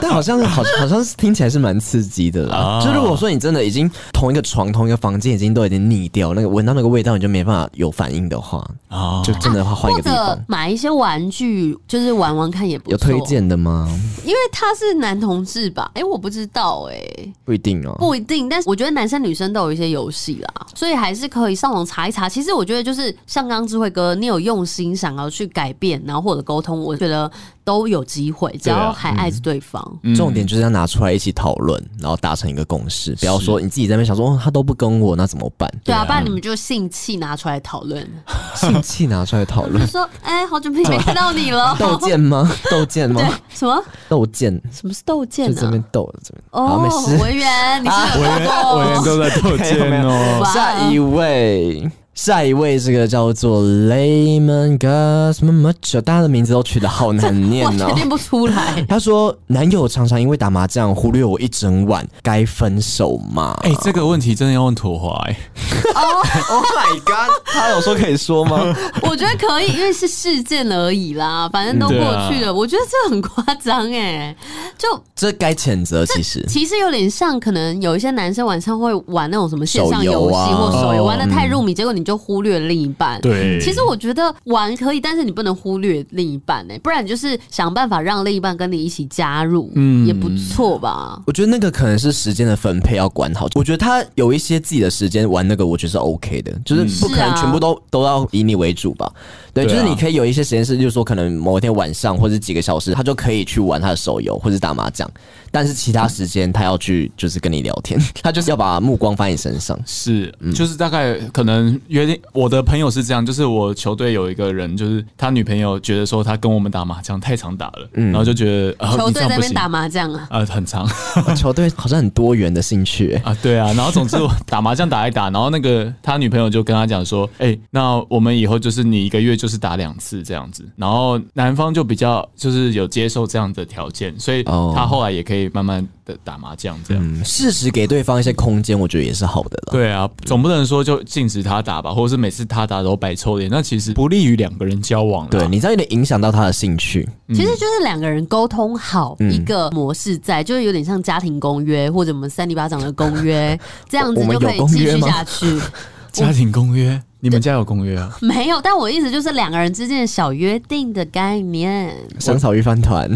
S3: 但好像好好像是听起来是蛮刺激的啦。
S4: 啊
S3: 就如果说你真的已经同一个床、同一个房间已经都已经腻掉，那个闻到那个味道你就没办法有反应的话，
S4: 哦，
S3: 就真的话换一
S5: 或
S3: 个地方
S5: 者。买一些玩具，就是玩玩看也不错。
S3: 有推，荐的吗？
S5: 因为他是男同志吧？哎、我不知道哎、
S3: 不一定哦。
S5: 不一定，但是我觉得男生女生都有一些游戏啦，所以还是可以上网查一查。其实我觉得就是像刚刚智慧哥，你有用心想要去改变，然后或者沟通，我觉得都有机会，只
S4: 对
S5: 要
S4: 啊
S5: 还爱着对方。
S3: 重点就是要拿出来一起讨论，然后达成一个共识，不要说你自己在那边想说、哦、他都不跟我，那怎么 办？
S5: 对啊，不然你们就性气拿出来讨论，
S3: 性气拿出来讨
S5: 就
S3: 论，
S5: 说：“哎、好久没看到你 了。
S3: 斗剑吗？斗剑
S5: 对
S3: 吗？，
S5: 什么
S3: 斗剑
S5: 什么是斗
S3: 就
S5: 剑
S3: 这
S5: 呢、
S3: 边斗这边。好，
S5: 啊哦
S3: 没， 事。
S5: 文员，你是
S4: 委员委员都在破
S3: 没有没
S4: 剑
S3: 有
S4: 哦。
S5: 哇
S3: 下一位，下一位这个叫做 Lemon Gas 什么 Much，大家的名字都取得好难念
S5: 我决
S3: 哦。
S5: 定不出来。
S3: 他说，男友常常因为打麻将忽略我一整晚，该分手吗？
S4: 哎、这个问题真的要问土华、哎
S3: Oh my god！他有说可以说吗？
S5: 我觉得可以，因为是事件而已啦，反正都过去
S4: 嗯对啊
S5: 了。我觉得这很夸张哎，就
S3: 这该谴责，其实
S5: 其实有点像，可能有一些男生晚上会玩那种什么线上游
S3: 手游
S5: 戏
S3: 啊
S5: 或手游，玩的太
S4: 嗯
S5: 入迷，结果你就忽略了另一半。
S2: 对
S5: 其实我觉得玩可以，但是你不能忽略另一半哎、不然你就是想办法让另一半跟你一起加入，嗯，也不错吧。
S3: 我觉得那个可能是时间的分配要管好。我觉得他有一些自己的时间玩那个，我觉得是 OK 的，就是不可
S5: 是
S3: 能
S5: 啊
S3: 全部都、都要以你为主吧。对，
S4: 嗯对啊
S3: 就是你可以有一些时间是，就是说可能某一天晚上或者几个小时，他就可以去玩他的手游或者打麻将，但是其他时间他要去 就是跟你聊天，他就是要把目光放在你身 上。
S4: 是，就是大概可能约定，我的朋友是这样，就是我球队有一个人，就是他女朋友觉得说他跟我们打麻将太常打了，然后就觉得、呃、
S5: 球
S4: 你
S5: 队
S4: 这
S5: 在
S4: 样
S5: 那
S4: 不
S5: 边
S4: 行
S5: 打麻将啊，
S4: 呃很长
S3: 球队好像很多元的兴趣、欸
S4: 啊，对啊，然后总之我打麻将打一打，然后那个他女朋友就跟他讲说，哎、那我们以后就是你一个月就是打两次这样子，然后男方就比较就是有接受这样的条件，所以
S3: 哦
S4: 他后来也可以慢慢的打麻将这样。
S3: 嗯，适时给对方一些空间，我觉得也是好的了。
S4: 对啊，总不能说就禁止他打吧，或者是每次他打都摆臭脸，那其实不利于两个人交往啦。啊
S3: 对，你这样有点影响到他的兴趣。
S5: 其实就是两个人沟通好一个模式在，就是有点像家庭公约或者我们三里巴掌的公约，这样子
S3: 我们
S5: 就可以
S3: 有公
S5: 继
S3: 约
S5: 续
S3: 吗
S5: 下去。
S4: 家庭公约，你们家有公约啊？
S5: 没有，但我意思就是两个人之间的小约定的概念。
S3: 香草鱼饭团，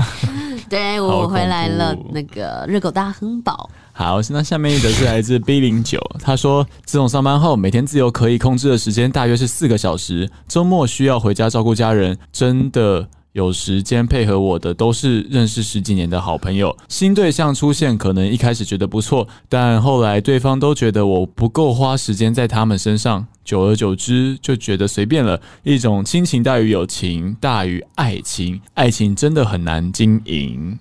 S5: 对
S4: 好
S5: 我
S4: 恐怖
S5: 回来了，那个热狗大亨堡，
S4: 好，那下面一则是来自 B 零九，他说，自从上班后，每天自由可以控制的时间大约是四个小时，周末需要回家照顾家人，真的。有时间配合我的都是认识十几年的好朋友，新对象出现可能一开始觉得不错，但后来对方都觉得我不够花时间在他们身上，久而久之就觉得随便了，一种亲情大于友情大于爱情，爱情真的很难经营。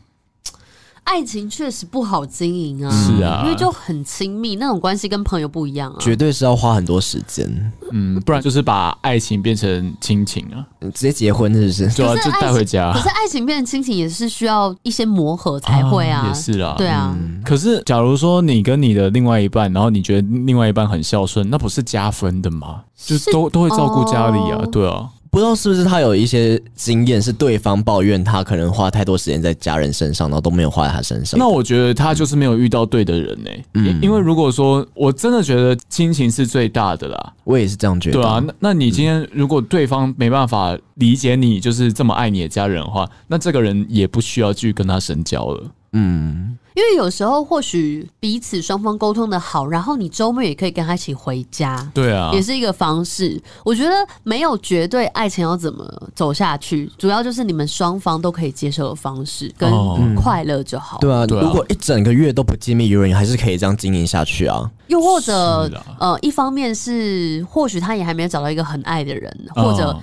S5: 爱情确实不好经营啊，
S4: 是啊
S5: 因为就很亲密，那种关系跟朋友不一样啊。
S3: 绝对是要花很多时间。
S4: 嗯，不然就是把爱情变成亲情啊，
S3: 你直接结婚是不是？
S4: 对啊，
S5: 可是
S4: 就
S5: 爱
S4: 带回家
S5: 可。是爱情变成亲情也是需要一些磨合才会啊，
S4: 也是啦，
S5: 对。啊，
S4: 可是，假如说你跟你的另外一半，然后你觉得另外一半很孝顺，那不是加分的吗？就是都都会照顾家里啊，
S5: 哦
S4: 对啊，
S3: 不知道是不是他有一些经验，是对方抱怨他可能花太多时间在家人身上，然后都没有花在他身上。
S4: 那我觉得他就是没有遇到对的人呢、因因为如果说我真的觉得亲情是最大的啦，
S3: 我也是这样觉得。
S4: 对啊，那那你今天如果对方没办法理解你，就是这么爱你的家人的话，那这个人也不需要去跟他深交了。
S3: 嗯，
S5: 因为有时候或许彼此双方沟通的好，然后你周末也可以跟他一起回家。
S4: 对啊，
S5: 也是一个方式，我觉得没有绝对爱情要怎么走下去，主要就是你们双方都可以接受的方式跟
S4: 哦
S5: 快乐就好。
S3: 嗯对啊。
S4: 对啊
S3: 如果一整个月都不见面，有人还是可以这样经营下去啊。
S5: 又或者
S4: 是啊
S5: 呃，一方面是或许他也还没有找到一个很爱的人，或者
S4: 哦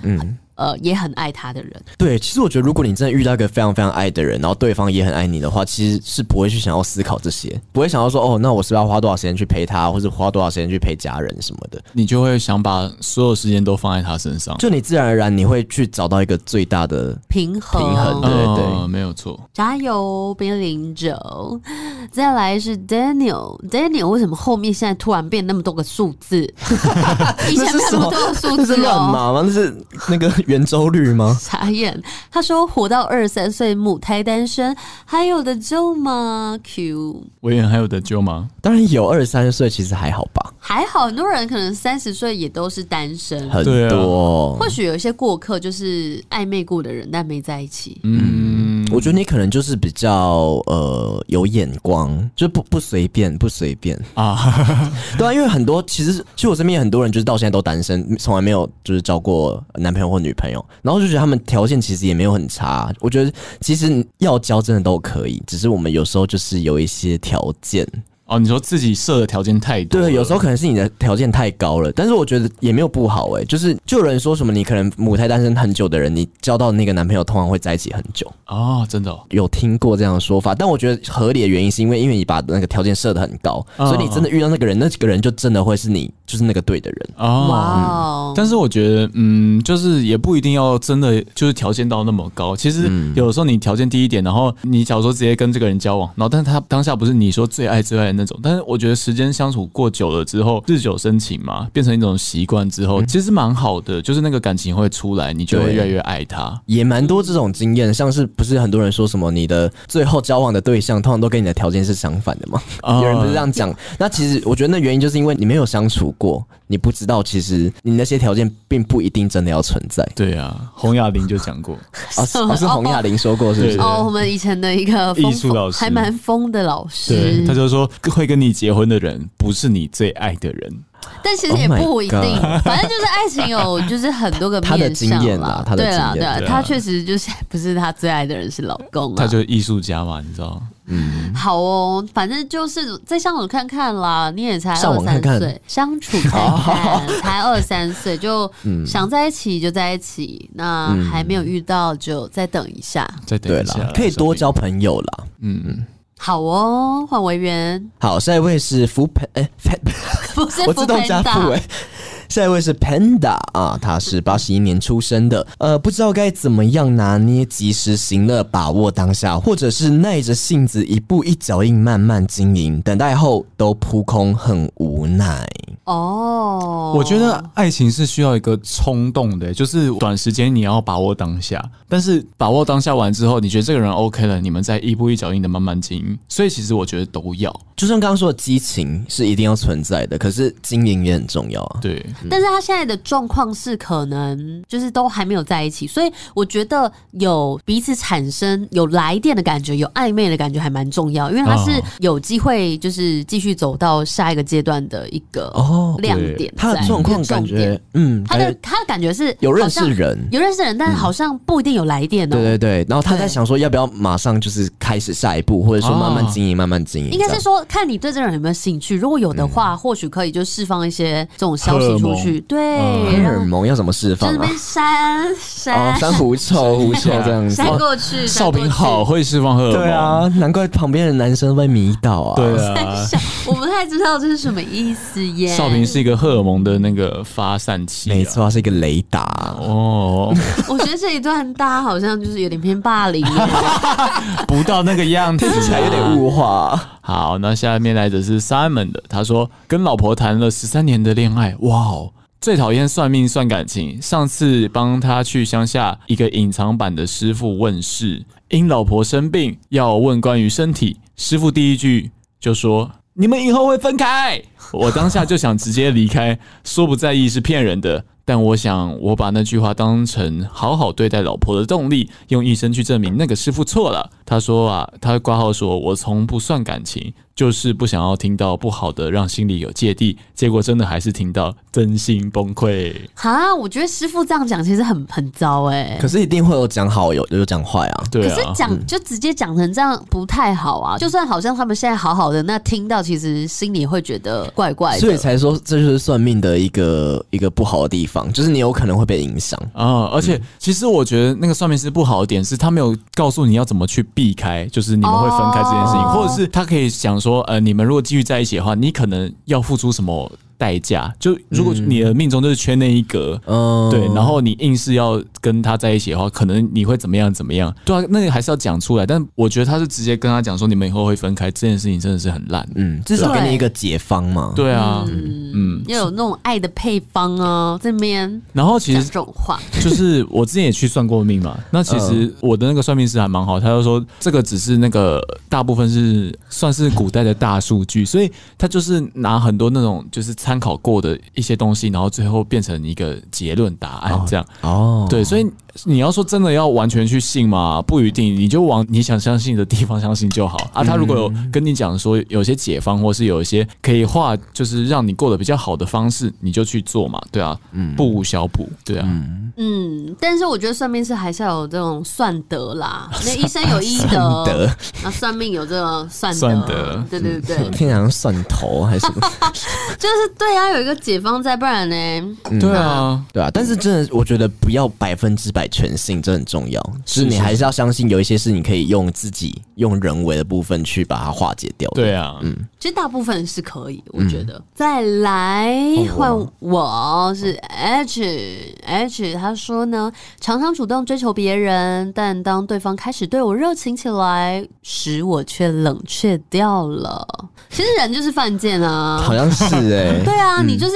S5: 呃也很爱他的人。
S3: 对，其实我觉得，如果你真的遇到一个非常非常爱的人，然后对方也很爱你的话，其实是不会去想要思考这些，不会想要说哦，那我是不是要花多少时间去陪他，或者花多少时间去陪家人什么的。
S4: 你就会想把所有时间都放在他身上。
S3: 就你自然而然你会去找到一个最大的
S5: 平衡，
S3: 平衡对对
S4: 嗯没有错。
S5: 加油，边零九。再来是 Daniel，Daniel 为什么后面现在突然变那么多个数字？ 以前没有那么多个数
S3: 那是
S5: 字
S3: 乱
S5: 哦。？
S3: 码吗？那是那个圆周率吗
S5: 傻眼，他说活到二十三岁母胎单身，还有的救吗？Q
S4: 维园还有得救吗？
S3: 当然有，二十三岁其实还好吧，
S5: 还好，很多人可能三十岁也都是单身，
S3: 很
S4: 对啊
S3: 多。
S5: 或许有一些过客就是暧昧过的人，但没在一起。
S4: 嗯，
S3: 我觉得你可能就是比较呃有眼光，就不不随便，不随便
S4: 啊，
S3: 对啊，因为很多其实其实我身边很多人就是到现在都单身，从来没有就是交过男朋友或女朋友，然后就觉得他们条件其实也没有很差。我觉得其实要交真的都可以，只是我们有时候就是有一些条件，
S4: 哦，你说自己设的条件太多了，
S3: 对，有时候可能是你的条件太高了，但是我觉得也没有不好哎、就是就有人说什么你可能母胎单身很久的人，你交到那个男朋友通常会在一起很久，
S4: 哦，真的哦、
S3: 有听过这样的说法，但我觉得合理的原因是因为因为你把那个条件设的很高，
S4: 嗯
S3: 所以你真的遇到那个人，那个人就真的会是你就是那个对的人。
S4: 哦，
S5: 哇哦，
S4: 但是我觉得，嗯，就是也不一定要真的就是条件到那么高。其实
S3: 嗯
S4: 有时候你条件低一点，然后你假如说直接跟这个人交往，然后但是他当下不是你说最爱最爱的那种，但是我觉得时间相处过久了之后，日久生情嘛，变成一种习惯之后，其实蛮好的，就是那个感情会出来，你就会
S3: 对
S4: 越来越爱他。
S3: 也蛮多这种经验，像是不是很多人说什么你的最后交往的对象通常都跟你的条件是相反的吗？
S4: 哦
S3: 有人不是这样讲？那其实我觉得那原因就是因为你没有相处过，你不知道其实你那些条件并不一定真的要存在。
S4: 对啊，洪雅玲就讲过，
S3: 哦，是哦是洪雅玲说过是不是？
S4: 对
S5: 哦，我们以前的一个疯
S4: 艺术老师
S5: 还蛮疯的老
S4: 对，
S3: 嗯
S5: 师
S4: 他，就说会跟你结婚的人不是你最爱的人。
S5: 但其实也
S3: Oh my
S5: 不一定
S3: God
S5: 反正就是爱情有就是很多个
S3: 他的
S5: 面向
S3: 经验啦他的
S5: 对啦
S3: 经验
S5: 对啦
S4: 对啊
S5: 他确实就是不是他最爱的人是老公
S4: 他
S5: 啊。
S4: 就是艺术家嘛，你知道？
S5: 好哦，反正就是再上网看看啦，你也才
S3: 上
S5: 二
S3: 网看
S5: 三
S3: 哦看
S5: 岁，相处 看看，才二三岁就
S3: 嗯
S5: 想在一起就在一起，那还没有遇到就再等一下。
S4: 再等
S3: 对啊
S4: 一下
S3: 啦
S4: 啦，，
S3: 可以多
S4: 说
S3: 交朋友啦。
S4: 不定。嗯嗯，
S5: 好哦，换维园
S3: 好，下一位是福盆，哎、欸，
S5: 不是
S3: 我自动加
S5: 福
S3: 富
S5: 朋
S3: 哎、
S5: 大
S3: 下一位是 Panda 啊，他是八十一年出生的，呃，不知道该怎么样拿捏及时行乐，把握当下，或者是耐着性子一步一脚印慢慢经营，等待后都扑空，很无奈。
S5: 哦，
S4: 我觉得爱情是需要一个冲动的，就是短时间你要把握当下，但是把握当下完之后，你觉得这个人 OK 了，你们再一步一脚印的慢慢经营。所以其实我觉得都要
S3: 就像刚刚说的，激情是一定要存在的，可是经营也很重要啊。
S4: 对，
S5: 但是他现在的状况是可能就是都还没有在一起，所以我觉得有彼此产生有来电的感觉，有暧昧的感觉还蛮重要，因为他是
S4: 哦
S5: 有机会就是继续走到下一个阶段的一个
S3: 哦
S5: 亮
S4: 对
S5: 点在。
S3: 他的状况
S5: 一个重
S3: 感
S5: 点
S3: 觉，嗯，
S5: 他
S3: 感
S5: 的
S3: 觉
S5: 他的感觉是
S3: 有认
S5: 好
S3: 识
S5: 像
S3: 人，嗯
S5: 有认识人，但好像不一定有来电哦。
S3: 对对对，然后他在
S5: 对
S3: 想说要不要马上就是开始下一步，或者说慢慢经营，慢慢经营。
S5: 应该
S3: 这
S5: 是
S3: 样
S5: 说，看你对这个人有没有兴趣。如果有的
S3: 嗯
S5: 话，或许可以就释放一些这种消息出去，对，
S3: 哦荷
S5: 让
S3: 尔蒙要怎么释
S5: 就
S3: 放
S5: 是
S3: 啊
S5: 被？删删
S3: 哦，珊瑚臭，狐 臭这样子。
S5: 删过去，
S4: 嗯少平好
S5: 好，
S4: 会释放荷尔蒙，
S3: 对啊，难怪旁边的男生会迷倒啊。
S4: 对啊，
S5: 我不太知道这是什么意思耶。
S4: 少平，是一个荷尔蒙的那个发散器、
S3: 没，错，它是一个雷达。
S4: 哦，
S5: 我觉得这一段大家好像就是有点偏霸 凌耶，
S4: 不到那个样子、啊，
S3: 听起来有点物化，
S4: 好，那下面来的是 Simon 的，他说跟老婆谈了十三年的恋爱，哇哦，最讨厌算命算感情。上次帮他去乡下一个隐藏版的师傅问事，因老婆生病要问关于身体，师傅第一句就说。你们以后会分开， 我当下就想直接离开，说不在意是骗人的，但我想我把那句话当成好好对待老婆的动力，用一生去证明那个师傅错了。他说啊，他挂号说，我从不算感情，就是不想要听到不好的，让心里有芥蒂。结果真的还是听到，真心崩溃。
S5: 哈，我觉得师傅这样讲其实很很糟哎
S3: 可。是一定会有讲好，有有讲坏啊。
S4: 对
S5: 可是
S4: 啊，
S5: 讲就直接讲成这样不太好啊，就算好像他们现在好好的，那听到其实心里会觉得怪怪的。
S3: 所以才说这就是算命的一个一个不好的地方，就是你有可能会被影响。
S4: 啊、而且其实我觉得那个算命师不好的点是，他没有告诉你要怎么去避开，就是你们会分开这件事情，
S5: 哦
S4: 或者是他可以想说，呃，你们如果继续在一起的话，你可能要付出什么代价？就如果你的命中就是缺那一格。
S3: 嗯，
S4: 对，然后你硬是要跟他在一起的话，可能你会怎么样怎么样？对啊，那个还是要讲出来。但我觉得他是直接跟他讲说你们以后会分开，这件事情真的是很烂。
S3: 嗯，至少
S5: 对
S3: 给你一个解方嘛。
S4: 对啊，嗯，
S5: 要有那种爱的配方哦，这边
S4: 然后其
S5: 讲
S4: 实
S5: 这种话，
S4: 就是我之前也去算过命嘛，嗯那其实我的那个算命师还蛮好，他就说这个只是那个大部分是算是古代的大数据，所以他就是拿很多那种就是参考过的一些东西，然后最后变成一个结论答案这样。
S3: 哦，
S4: 对，所以你要说真的要完全去信嘛，不一定，你就往你想相信的地方相信就好啊。他如果有跟你讲说有些解方，或是有一些可以化，就是让你过得比较好的方式，你就去做嘛，对啊，不无小补，对啊，
S5: 嗯，但是我觉得算命是还是要有这种算德 啦，那医生有医德，
S3: 算德
S5: 那算命有这个算德，
S4: 算德
S5: 对对对，
S3: 天然蒜头还是什么？
S5: 就是对啊，有一个解方在，不然呢？
S4: 对啊，
S3: 对啊，但是真的，我觉得不要百分之百全信，这很重要。就是是你还是要相信有一些事，你可以用自己用人为的部分去把它化解掉。，
S4: 对啊，
S5: 其实大部分是可以，我觉
S3: 嗯
S5: 得。再来换我是
S3: 哦
S5: H H，他说呢，常常主动追求别人，但当对方开始对我热情起来时，我却冷却掉了。其实人就是犯贱 啊，
S3: 好像是哎、
S5: 对啊，你就是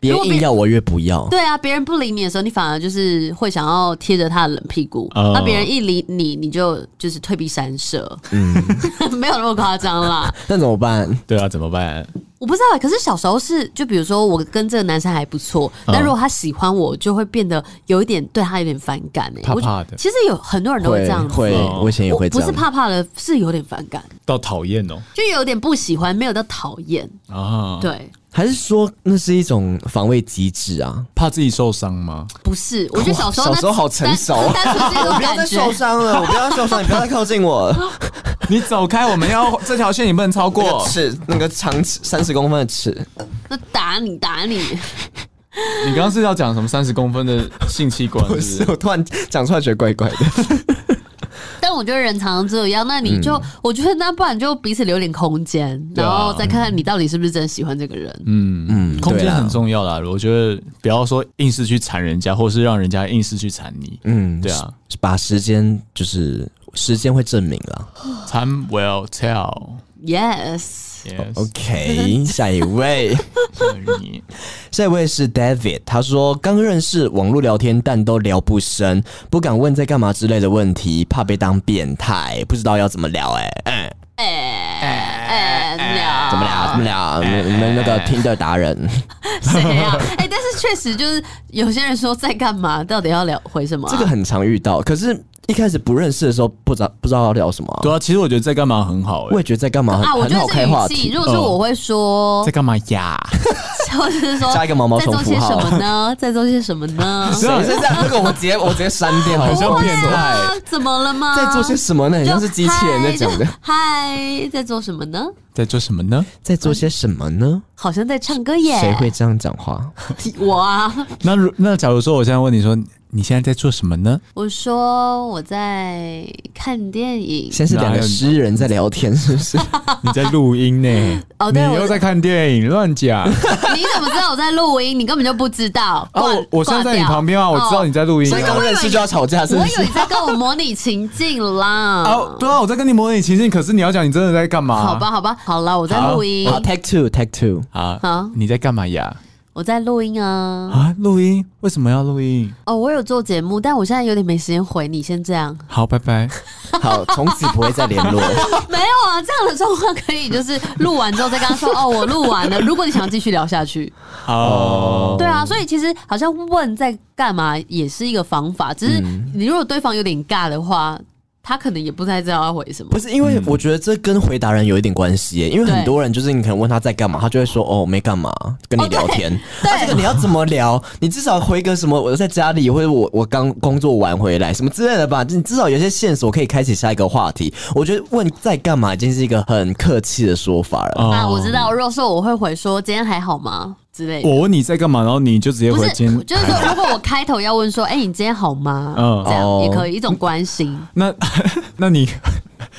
S3: 别
S5: 如果
S3: 硬要我越不要。
S5: 对啊，别人不理你的时候，你反而就是会想要贴着他的冷屁股；
S4: 哦
S5: 那别人一理你，你就就是退避三舍。嗯， 没有那么夸张啦。
S3: 那怎么办？
S4: 对啊，怎么办？
S5: 我不知道，可是小时候是，就比如说我跟这个男生还不错，
S3: 哦
S5: 但如果他喜欢我，就会变得有一点对他有点反感哎、
S4: 怕
S5: 我
S4: 怕的
S5: 其实有很多人都会这样子，
S3: 会，我以前也
S5: 我
S3: 会这
S5: 不
S3: 样。
S5: 是怕怕的，是有点反感，
S4: 到讨厌哦
S5: 就有点不喜欢，没有到讨厌。
S3: 哦
S4: 啊，
S5: 对，
S3: 还是说那是一种防卫机制啊？
S4: 怕自己受伤吗？
S5: 不是，我觉得小时候
S3: 哇
S5: 那
S3: 小时候好成熟
S5: 单单纯是 一种感觉。
S3: 伤 了，我不要受伤，你不要再靠近 我。
S4: 你走开，我们要 这条线你不能超
S3: 那
S4: 过
S3: 个。尺，那个长尺三十公分的尺，
S5: 那打你打你，
S4: 你刚刚是要讲什么三十公分的性器 官？
S3: 不
S4: 是
S3: 是， 我突然讲出来觉得怪怪的。
S5: 但我觉得人常常这样，那
S3: 嗯
S5: 你就、我觉得那不然就彼此留点空间，然后再看看你到底是不是真的喜欢这个人。
S3: 嗯，
S4: 空
S3: 对
S4: 间
S3: 啦
S4: 很重要啦，我觉得不要说硬是去缠人家，或是让人家硬是去缠你。
S3: 嗯，
S4: 对啊，
S3: 把时间就是时间会证明啦。
S4: ，time will tell。
S5: Yes，
S4: Yes，
S3: OK，下一位，
S4: 你
S3: 下一位是 David，他说刚认识，网络聊天但都聊不深，不敢问在干嘛之类的问题，怕被当变态，不知道要怎么聊、欸，哎、
S5: 哎哎 聊
S3: 怎么聊？怎么聊？你们你们那个听的达人，
S5: 谁呀、 哎、但是确实就是有些人说在干嘛，到底要聊回什么啊、
S3: 这个 很常遇到，可是一开始不认识的时候，不知道不知道要聊什么、
S4: 对啊，其实我觉得在干嘛很好
S3: 我
S4: 欸，
S3: 也觉得在干嘛很、
S5: 啊，我
S3: 很
S5: 觉
S3: 好
S5: 得这
S3: 开话
S5: 语气，
S3: 题，
S5: 如果是我会说
S4: 在，干嘛呀？
S5: 或者是说
S3: 加一个毛毛
S5: 在
S3: 虫
S5: 做
S3: 符
S5: 些什
S3: 号。
S5: 么呢？ 在做些什么呢？
S3: 谁是
S4: 啊
S3: 这样？这个我直接我直接删 掉， 好
S4: 像变态
S5: 啊，怎么了吗？
S3: 在做些什么呢？很
S5: 就
S3: 像是机器人在讲
S5: 嗨。
S3: 的
S5: 就嗨， 在做什么呢？
S4: 在做什么呢？
S3: 在做些什么呢？
S5: 好像在唱歌 耶。
S3: 谁会这样讲话？
S5: 我啊？
S4: 那如那假如说我现在问你说你现在在做什么呢？
S5: 我说我在看电影。
S3: 先是两
S4: 哪
S3: 个
S4: 有
S3: 诗人在聊天，是不 是？
S4: 你在录音呢？
S5: 哦
S4: 你
S5: 对我
S4: 又在看电影，乱 讲。哦
S5: 你怎么知道我在录音？你根本就不知道。
S4: 啊，
S5: 挂
S4: 我我现在在
S5: 挂
S4: 你
S5: 掉哦
S4: 旁边啊，我知道你在录音
S3: 所以
S4: 啊。
S3: 刚认识就要吵架，是
S5: 我
S3: 不
S5: 以为
S3: 是
S5: 你？在跟我模拟情境啦。
S4: 啊，对啊，我在跟你模拟情境，可是你要讲你真的在干嘛？
S5: 好吧，好吧，好了，我在录音，
S3: 好，Take two，Take two。
S4: 啊
S5: 好，
S4: 你在干嘛呀？
S5: 我在录音啊。
S4: 啊，录音？为什么要录音？
S5: 哦，我有做节目，但我现在有点没时间回你，先这样。
S4: 好，拜拜。
S3: 好，从此不会再联络。
S5: 没有啊，这样的状况可以就是录完之后再跟他说，哦，我录完了。如果你想要继续聊下去，
S4: 哦，
S5: 对啊，所以其实好像问在干嘛也是一个方法，只是
S4: 嗯
S5: 你如果对方有点尬的话，他可能也不太知道要回什么
S3: 不。是因为我觉得这跟回答人有一点关系耶，因为
S5: 对
S3: 很多人就是你可能问他在干嘛，他就会说哦没干嘛，跟你聊天。啊
S5: 对
S3: 那这个你要怎么聊？你至少回个什么我在家里，或者我我刚工作完回来什么之类的吧。你至少有些线索可以开启下一个话题。我觉得问在干嘛已经是一个很客气的说法
S4: 哦
S3: 了。
S5: 啊，我知。道，若是我会回说今天还好吗之类的。
S4: 我问你在干嘛，然后你就直接
S5: 不
S4: 回
S5: 是，
S4: 今天哎
S5: 就是说，如果我开头要问说，哎、你今天好吗？
S4: 嗯
S5: 这样
S3: 哦
S5: 也可以一种关 心。
S4: 那那你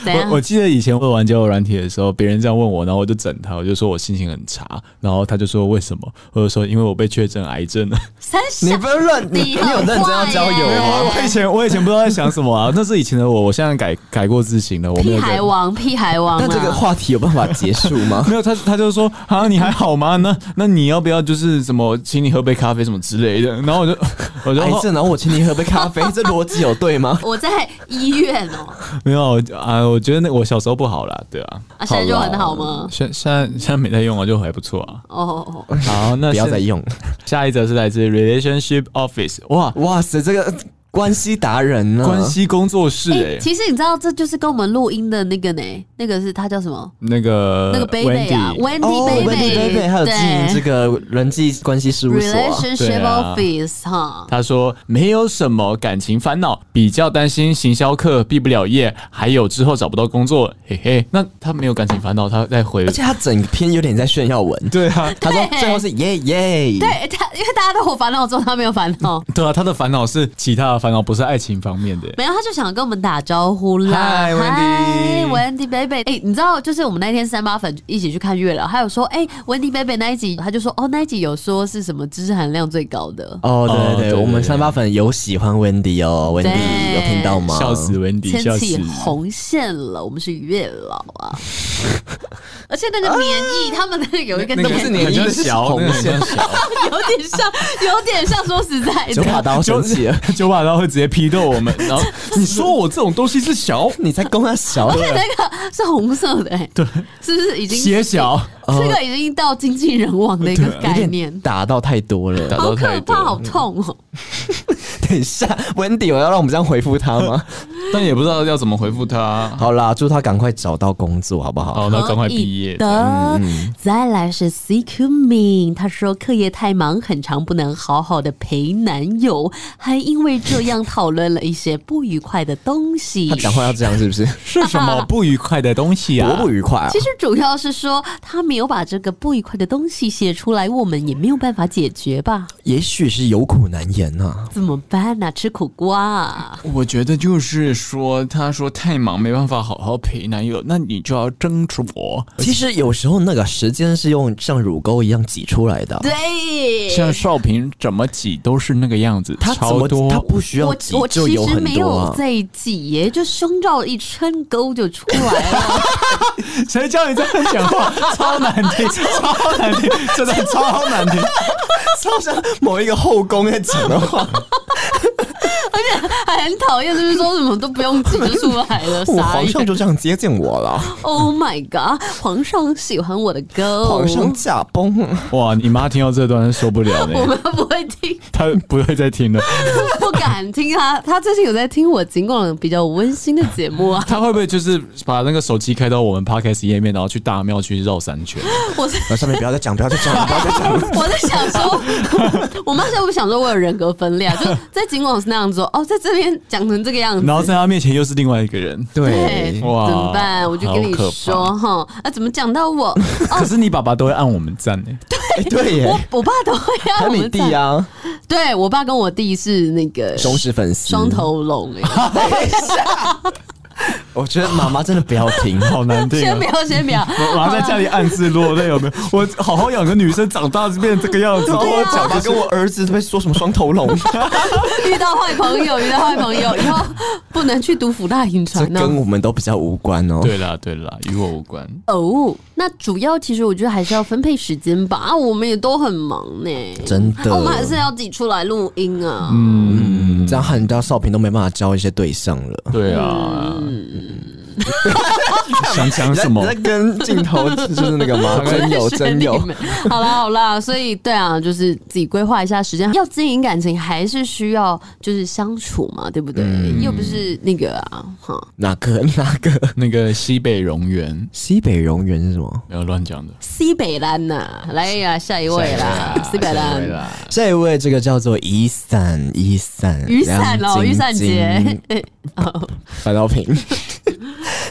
S5: 怎样
S4: 我？我记得以前我玩交友软体的时候，别人这样问我，然后我就整他，我就说我心情很差，然后他就说为什么？我就说因为我被确诊癌症了。
S5: 三小
S3: 你不要乱，你
S5: 你
S3: 你有认真要交友啊
S5: 很坏哦耶？
S3: 吗
S4: 我以前我以前不知道在想什么啊，那是以前的我，我现在改改过自新了，我没
S5: 屁
S4: 有
S5: 孩
S4: 在。
S5: 王，屁孩王
S3: 那这个
S5: 啊！
S3: 话题有办法结束吗？
S4: 没有他，他就说啊，你还好吗？那那你要不要就是什么，请你喝杯咖啡什么之类的？ 然后我就 我就哦
S3: 癌症，然后我请你喝杯咖啡，这逻辑有 对吗？
S5: 我在医院 哦、
S4: 没有我啊，我觉得那我小时候不好啦，对啊，
S5: 啊，现在就很好吗？
S4: 现现在现在没在用啊，就还不错 啊。
S5: 哦，
S4: 好，那
S3: 不要
S4: 是
S3: 再用。
S4: 下一则是来自 Relationship Office，哇，
S3: 哇塞，这个关系达人呢、啊
S4: 关系工作室哎、
S5: 其实你知道，这就是跟我们录音的那个呢，那个是他叫什么？
S4: 那个
S5: 那个 baby 啊
S4: 呃 Wendy
S5: ，Wendy
S3: 哦
S5: baby，
S3: Baby，还有经营这个人际关系事务所、啊。
S5: relationship
S4: 对啊
S5: office 哈。
S4: 他说没有什么感情烦恼，比较担心行销课毕不了业，还有之后找不到工作，嘿嘿。那他没有感情烦恼，他在回
S3: 而且他整篇有点在炫耀文，
S4: 对啊，
S3: 他说最后是耶耶，
S5: 对他，因为大家都有烦恼，之后他没有烦恼，
S4: 对啊，他的烦恼是其他的烦恼，不是爱情方面的。
S5: 没有，他就想跟我们打招呼啦。
S4: 嗨，Wendy
S5: 嗨，Wendy baby，哎、你知道，就是我们那天三八粉一起去看月老，还有说，哎、w e n d y baby 那一集，他就说，哦，那一集有说是什么知识含量最高的，
S3: 哦，对
S4: 哦对
S3: 对对，
S4: 对
S3: 我们
S4: 对
S3: 三八粉有喜欢 Wendy 哦，Wendy
S5: 对
S3: 有听到吗？
S4: 笑死温迪，
S5: 牵
S4: 笑死
S5: 起！红线了，我们是月老 啊。而且那个免疫，他们那个有一个
S4: 啊那
S5: 免
S4: 个
S5: 疫，
S4: 是你
S3: 那
S4: 的
S3: 个是
S4: 小，
S3: 红
S4: 那个很像小，
S5: 有点像，有点像，说实在
S3: 九把
S5: 的，
S3: 刀生气了，
S4: 九把刀会直接批斗 我们。然后你说我这种东西是小，啊
S3: 你才攻他小，
S5: 是红色的、哎，对，是不是已经
S4: 写小，
S5: 这个已经到经纪人网的一个概
S3: 有点
S5: 念，
S3: 打到太多
S4: 打
S3: 了。
S5: 好
S4: 到
S5: 可
S4: 太
S5: 怕，好
S4: 多，
S5: 痛哦！
S3: 等一下，Wendy，我要让我们这样回复他 吗？
S4: 但也不知道要怎么回复他。
S3: 好啦，祝他赶快找到工作，好不好？
S4: 好，那赶快毕业。
S5: 的，再来是 CQ Min，他说课业太忙，很长不能好好的陪男友，还因为这样讨论了一些不愉快的东西
S3: 他。讲话要这样是不是？
S4: 是什么不愉快的东西
S3: 多不愉快啊
S5: 其！实主要是说他没有把这个不愉快的东西写出来，我们也没有办法解决吧？
S3: 也许是有苦难言呐。
S5: 怎么办呢、吃苦瓜、啊。
S4: 我觉得就是说，他说太忙没办法好好陪男友，那你就要斟酌。
S3: 其实有时候那个时间是用像乳沟一样挤出来的啊，
S5: 对，
S4: 像少平怎么挤都是那个样子，
S3: 他怎
S4: 超
S3: 么
S4: 多
S3: 他。不需要
S5: 我
S3: 挤
S5: 我
S3: 就
S5: 其
S3: 有
S5: 实
S3: 很
S5: 没
S3: 多
S5: 有
S3: 啊。
S5: 在挤耶，就胸罩一撑勾就出来 了。
S4: 谁叫你这样讲 话？超难听，超难听，真的超难听。
S3: 超像某一个后宫在讲的 话，
S5: 还很讨厌，就是说什么都不用挤就出来了，
S3: 我
S5: 傻
S3: 皇上
S5: 眼
S3: 就这样接近我了，
S5: ！Oh my god，皇上喜欢我的歌，
S3: 皇上驾崩。
S4: 哇，你妈听到这段受不了
S5: 我
S4: 呢，
S5: 们不会听，
S4: 她不会再听了。
S5: 不敢听他。他最近有在听我尽管比较温馨的节目 啊，
S4: 她会不会就是把那个手机开到我们 podcast 页面，然后去大庙去绕三 圈？
S5: 我在。
S3: 那上面不要再讲，不要再讲，不要再 讲。
S5: 我在想说， 我妈在我想说我有人格分裂、啊，就在尽管是那样子哦，哦在这边讲成这个样子，
S4: 然后在她面前又是另外一个人。
S5: 对，
S4: 哇
S5: 怎么办？我就跟你
S4: 好可怕
S5: 说哈，啊，怎么讲到我？
S4: 可是你爸爸都会按我们赞呢。
S3: 哎对耶
S5: 我，我爸都会
S3: 还
S5: 啊，
S3: 有
S5: 我
S3: 你
S5: 们
S3: 弟
S5: 在，
S3: 啊，
S5: 对我爸跟我弟是那个
S3: 忠实粉丝，
S5: 双。头龙 哎、
S3: 我觉得妈妈真的不要 听，
S4: 好难听、啊
S5: 先不。要，先不 要。
S4: 马上在家里暗自落泪，有没有？我好好养个女生，长大变成这个样子，跟我
S5: 啊
S4: 讲
S3: 爸
S4: 这些
S3: 跟我儿子在说什么双头龙，
S5: 遇到坏朋友，遇到坏朋 友，以后不能去读福大银
S3: 这
S5: 传呢、啊
S3: 跟我们都比较无关哦。
S4: 对啦，对啦，与我无关。
S5: 哦，那主要其实我觉得还是要分配时间吧。啊，我们也都很忙呢、
S3: 真的
S5: 啊我们还是要挤出来录音啊。
S3: 嗯，这样害人家少平都没办法交一些对象了。
S4: 对啊，
S5: 嗯
S4: 想
S5: 啊
S4: 讲什么
S3: 你？在你在跟镜头就是那个 吗？真有真有，
S5: 好啦好啦，所以对啊，就是自己规划一下时间。要经营感情，还是需要就是相处嘛，对不对？
S3: 嗯
S5: 又不是那个啊，哈，
S3: 哪个哪个？
S4: 那个西北荣源
S3: 西北荣源是什么？
S4: 没有乱讲的。
S5: 西北兰呐、来呀、下一位啦，西北
S4: 下一
S5: 兰
S4: 位。啦，
S3: 这一位这个叫做雨伞雨伞
S5: 雨伞哦，雨伞节，
S3: 反 倒平。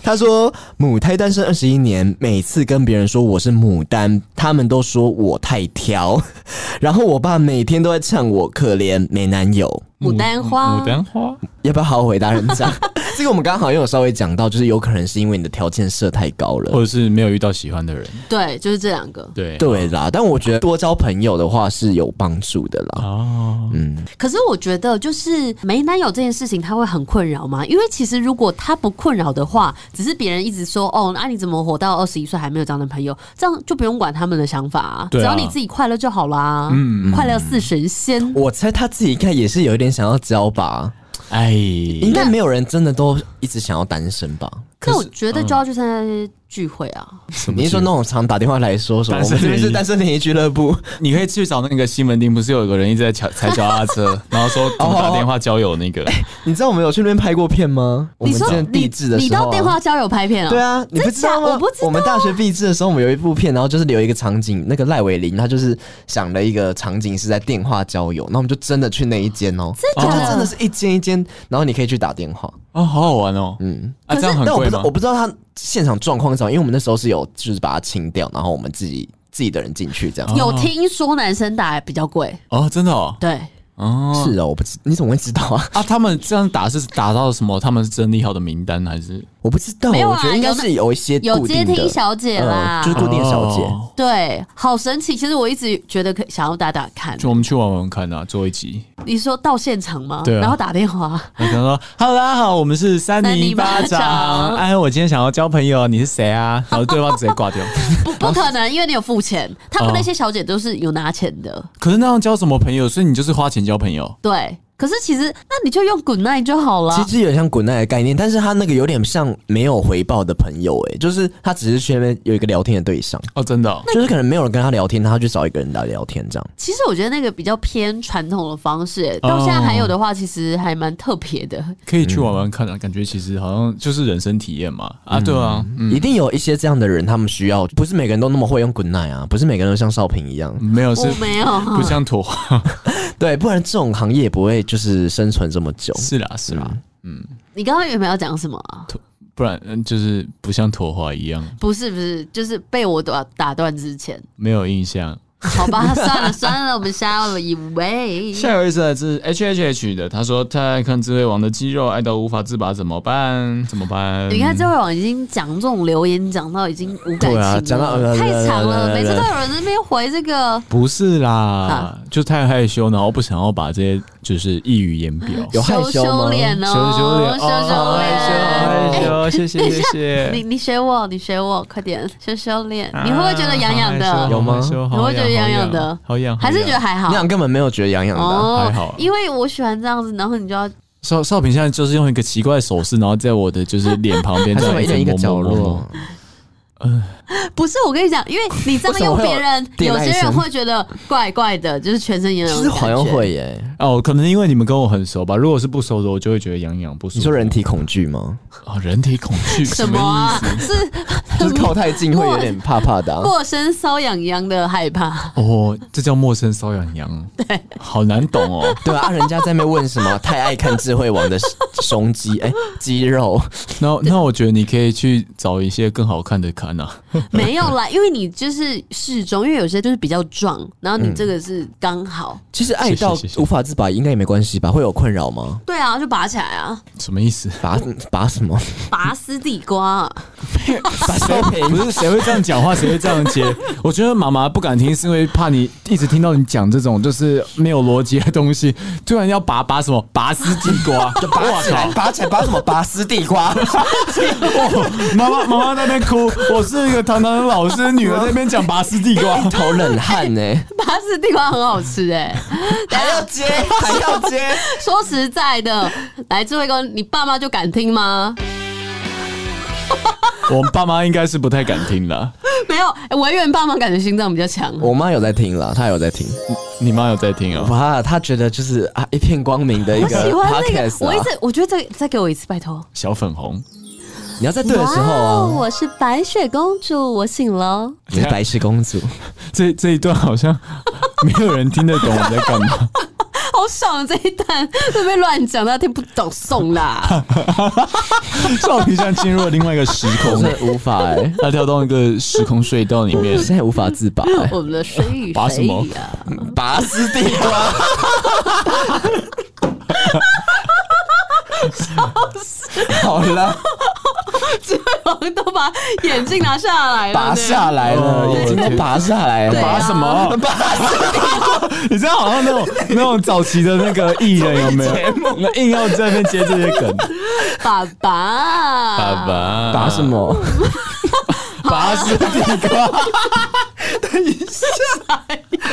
S3: 他说母胎单身二十一年，每次跟别人说我是牡丹，他们都说我太挑。 然后我爸每天都在呛我可怜没男友，
S5: 牡丹花，
S4: 嗯牡丹花，
S3: 要不要好好回答人 家？这个我们刚好也有稍微讲到，就是有可能是因为你的条件设太高了
S4: 或。者是没有遇到喜欢的人，
S5: 对，就是这两个。
S4: 对
S3: 对啦，但我觉得多交朋友的话是有帮助的啦。
S4: 哦，
S5: 可是我觉得，就是没男友这件事情，他会很困扰吗？因为其实如果他不困扰的话，只是别人一直说哦，那、你怎么活到二十一岁还没有交男朋友？这样就不用管他们的想法、啊，
S4: 对
S5: 只
S4: 啊
S5: 要你自己快乐就好啦。嗯，快乐似神仙。
S3: 我猜他自己应该也是有一点想要交吧，
S4: 哎，
S3: 应该没有人真的都一直想要单身吧？
S5: 嗯那我觉得就要去参加聚会啊？
S2: 什么
S3: 你是说那种常打电话来说什么？
S2: 单
S3: 我
S2: 身
S3: 们这边
S2: 联谊
S3: 是单身联谊俱乐部，
S4: 你可以去找那个西门町，不是有个人一直在踩踩脚踏 车，然后说
S5: 哦
S4: 怎么打电话交友那个，
S3: 你知道我们有去那边拍过片吗？我
S5: 你
S3: 们之
S5: 说
S3: 前
S5: 你
S3: 地质的时候、啊
S5: 你到电话交友拍片啊？
S3: 对，啊，你不知
S5: 真
S3: 道
S5: 假
S3: 吗？
S5: 我不知道
S3: 们大学毕制的时候，我们有一部片，然后就是留一个场景，那个赖伟林他就是想了一个场景是在电话交友，那我们就真的去那一间哦，
S5: 真
S3: 就真
S5: 的
S3: 的是一间一间，然后你可以去打电话，
S4: 哦，好好玩哦，
S3: 嗯，
S4: 啊，这样很
S3: 但我不
S4: 贵
S3: 知道
S4: 吗
S3: 我？不知道他现场状况是怎么样，因为我们那时候是有就是把它清掉，然后我们自己自己的人进去这样。
S5: 有听说男生打比较贵，
S4: 哦，真的哦，
S5: 对，
S4: 哦，
S3: 是哦，我不知你怎么会知道啊？
S4: 啊，他们这样打是打到什么？他们是整理好的名单还是
S3: 我不知道，
S5: 没有啊
S3: 我觉得应该是有一些
S5: 有
S3: 固
S5: 接
S3: 定的
S5: 听小姐啦，
S3: 嗯就是固定的小姐
S4: 哦
S5: 对，好神奇。其实我一直觉得可想要打打看，
S4: 就我们去玩玩看啊，做一集。
S5: 你说到现场吗？
S4: 对啊
S5: 然后打电话，
S4: 我想说，Hello，大家好，我们是三
S5: 泥
S4: 零
S5: 巴
S4: 巴
S5: 掌
S4: 掌。哎，我今天想要交朋友，你是谁 啊？然后对方直接挂掉。
S5: 不不可能，因为你有付钱，他们
S4: 哦
S3: 嗯
S5: 那些小姐都是有拿钱的，
S4: 可是那样交什么朋友？所以你就是花钱交朋友。
S5: 对。可是其实，那你就用 Good night 就好了
S3: 其。实有点像滚蛋的概念，但是他那个有点像没有回报的朋友、欸，就是他只是去那边有一个聊天的对象，
S4: 哦，真的、哦。
S3: 就是可能没有人跟他聊天，他去找一个人来聊天这样。
S5: 其实我觉得那个比较偏传统的方式、欸到现在还有的话，其实还蛮特别的。
S4: 可以去玩玩
S3: 嗯
S4: 看啊，感觉其实好像就是人生体验嘛。啊，对啊，嗯，
S3: 一定有一些这样的人，他们需要，不是每个人都那么会用滚奶啊，不是每个人都像少平一样，
S4: 没有是
S5: 我没有，
S4: 不像土话，
S3: 对，不然这种行业也不会就是生存这么久。
S4: 是啦是
S3: 嗯
S4: 啦，
S5: 你刚刚原本要讲什么啊？
S4: 不然嗯就是不像土话一样，
S5: 不是不是，就是被我打打断之前，
S4: 没有印象。
S5: 好吧， 算了算了，我们下一位。
S4: 下有一次来自 H H H 的，他说太爱看《智慧王》的肌肉，爱到无法自拔，怎么办？怎么办？
S5: 你看，这会网已经讲这种留言，讲到已经无感情
S3: 对
S5: 了，
S3: 啊讲到呃
S5: 太长了，
S3: 呃
S5: 每次都有人在那边回这个。
S4: 不是啦，
S5: 啊
S4: 就太害羞，然后不想要把这些就是溢于言表。
S3: 有害羞
S5: 羞
S3: 吗
S5: 羞脸嗯哦，
S4: 羞羞脸，
S5: 羞羞
S4: 哦
S5: 脸，哎
S4: 害羞害羞，谢谢谢谢。
S5: 你你学我，你学我，快点羞羞脸，
S4: 啊
S5: 你会不会觉得痒痒的？
S3: 有吗
S5: 你会觉得痒痒的
S4: 好痒，
S5: 还是觉得还好
S3: 那？样根本没有觉得痒痒的啊、
S5: 哦
S4: 还好
S5: 因为我喜欢这样子，然后你就要
S4: 少少平现在就是用一个奇怪的手势，然后在我的就是脸旁 边，
S3: 还是
S4: 这样
S3: 我们一
S4: 直
S3: 人一个
S4: 摸
S3: 角。
S4: 摸摸
S3: 落
S4: 摸，
S5: 不是我跟你讲，因为你这样用别人，
S3: 为什
S5: 有些
S3: 么会有恋爱
S5: 人
S3: 声
S5: 会觉得怪怪的，就是全身痒痒
S3: 其
S5: 的
S3: 实
S5: 感觉。
S3: 好像会耶、
S4: 哦，可能因为你们跟我很熟吧。如果是不熟的，我就会觉得痒痒不舒服。
S3: 你说人体恐惧吗？
S4: 啊，人体恐惧
S5: 什么
S4: 意
S5: 啊？是
S3: 就是靠太近会有 点怕怕的、啊。
S5: 陌生瘙痒痒的害怕。
S4: 思？哦，这叫陌生瘙痒痒，对，好难懂 哦。
S3: 对啊，啊人家在那边问什 么？太爱看智慧王的胸 肌，哎、肌肉。
S4: 那那我觉得你可以去找一些更好看的看啊。
S5: 没有啦，因为你就是适中，因为有些就是比较壮，然后你
S3: 嗯
S5: 这个是刚好。
S3: 其实爱到
S4: 是是是是
S3: 无法自拔应该也没关系吧？会有困扰吗？
S5: 对啊，就拔起来啊，
S4: 什么意思？
S3: 拔拔什 么？
S5: 拔丝地瓜啊、
S3: 拔烧
S4: 不
S3: 瓶？
S4: 是谁会这样讲话，谁会这样接？我觉得妈妈不敢听，是因为怕你一直听到你讲这种就是没有逻辑的东西，突然要拔拔什么拔丝地瓜，就 拔
S3: 拔起来，拔起来，拔什么？拔丝地 瓜？
S4: 妈妈妈妈在那边哭，我是一个堂堂的老师，女儿在那边讲拔丝地瓜，
S3: 头冷汗呢、
S5: 拔丝地瓜很好吃哎、
S3: 还要接， 还要接。
S5: 说实在的，来智慧哥，你爸妈就敢听吗？
S4: 我们爸妈应该是不太敢听 啦。
S5: 没有，哎维园爸妈感觉心脏比较强。
S3: 我妈有在听了，她有在听。
S4: 你妈有在听哦？
S3: 哇，她觉得就是啊，一片光明的一
S5: 我
S3: 个
S5: 喜欢那个，
S3: podcast
S5: 我一
S3: 啊。
S5: 直我觉得这再给我一次，拜托。
S4: 小粉红，
S3: 你要在对的时候
S5: 哇哦
S3: 啊。
S5: 我是白雪公主，我醒了。
S3: 你是白雪公主，
S4: 这这一段好像没有人听得懂我在干 嘛。
S5: 好爽啊这一段，这边乱讲，他听不懂送 啦。
S4: 少平像进入了另外一个时
S3: 我
S4: 空
S3: 真，的无法哎、
S4: 他跳到一个时空隧道里面
S3: 我。 现在无法自拔、欸。
S5: 我们的谁与
S4: 拔什
S5: 谁
S4: 么
S5: 呀？
S3: 拔丝地 瓜，好了，
S5: 智慧 王都把眼镜拿下来了，
S3: 拔下来了，
S4: 哦
S3: 已经都拔下来了，
S5: 对啊
S4: 拔什么？ 你知道好像那种那种早期的那个艺人有没有？那硬要在那边接这些梗，
S5: 对爸爸，
S4: 爸，爸
S3: 拔什？ 么？
S4: 拔是地瓜，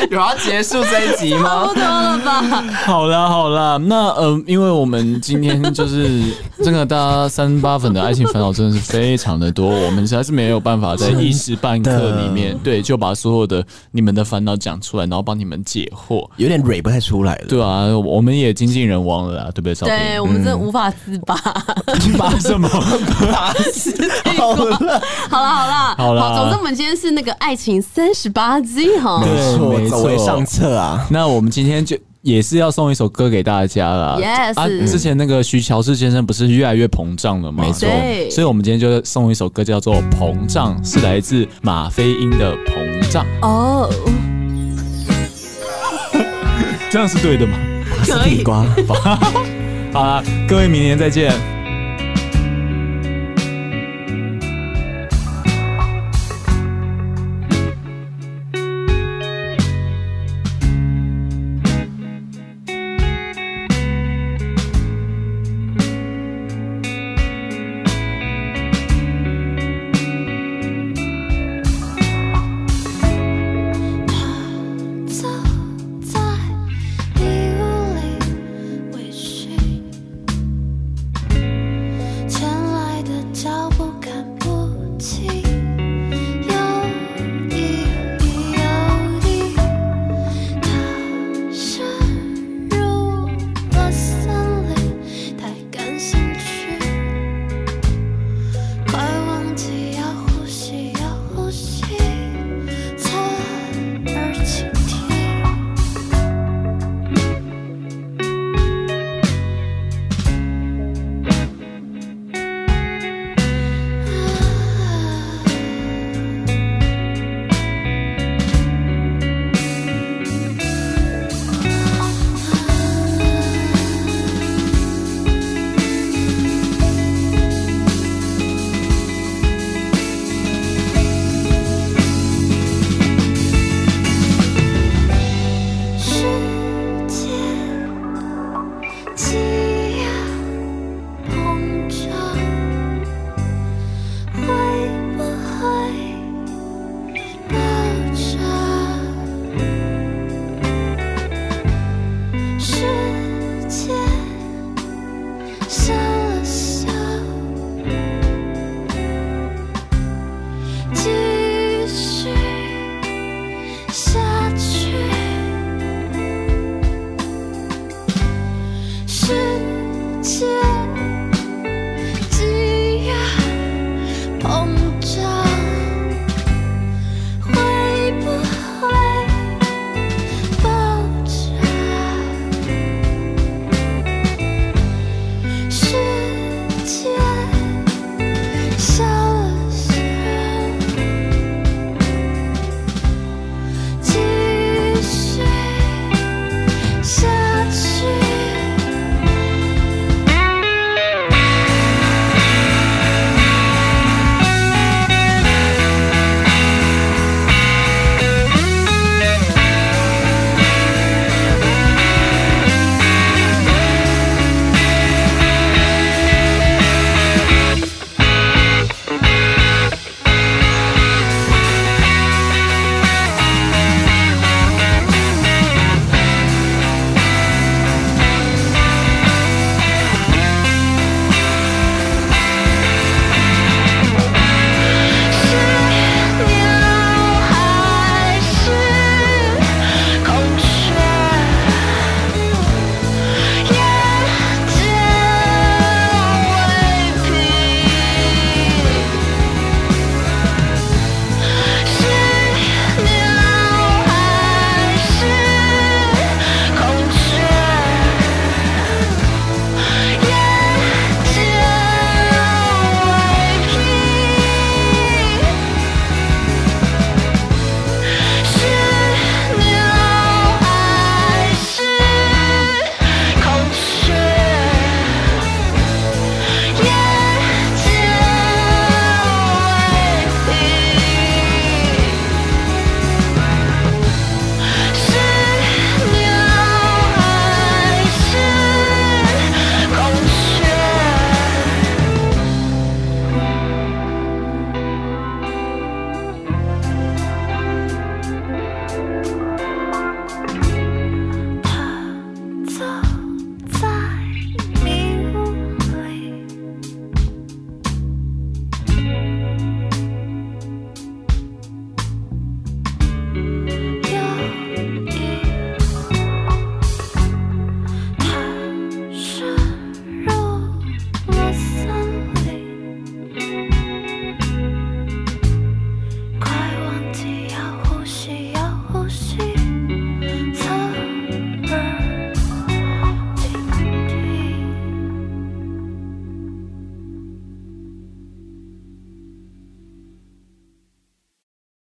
S6: 有要结束这一集吗？
S5: 不多了 吧？
S4: 好啦好啦，那呃，因为我们今天就是这个大家三八粉的爱情烦恼真的是非常的多，我们实在是没有办法在一时半刻里面，对，就把所有的你们的烦恼讲出来，然后帮你们解惑。
S3: 有点蕊不太出来了。
S4: 对啊，我们也精尽人亡了啦，对不对？少平，
S5: 对我们真的无法自拔。
S4: 你把什 么？
S5: 好了，好了，好了，
S4: 好啦
S5: 总之我们今天是那个爱情三十八计哈。
S4: 对没错
S3: 没错，走为上策啊！
S4: 那我们今天就也是要送一首歌给大家啦。
S5: Yes
S4: 啊，之前那个徐乔治先生不是越来越膨胀了吗？没
S5: 错对
S4: 所以我们今天就送一首歌叫做《膨胀》，是来自马飞鹰的《膨胀》，
S5: 哦，
S4: 这样是对的吗？
S5: 可以
S3: 地。瓜。
S4: 好啦，各位明年再见，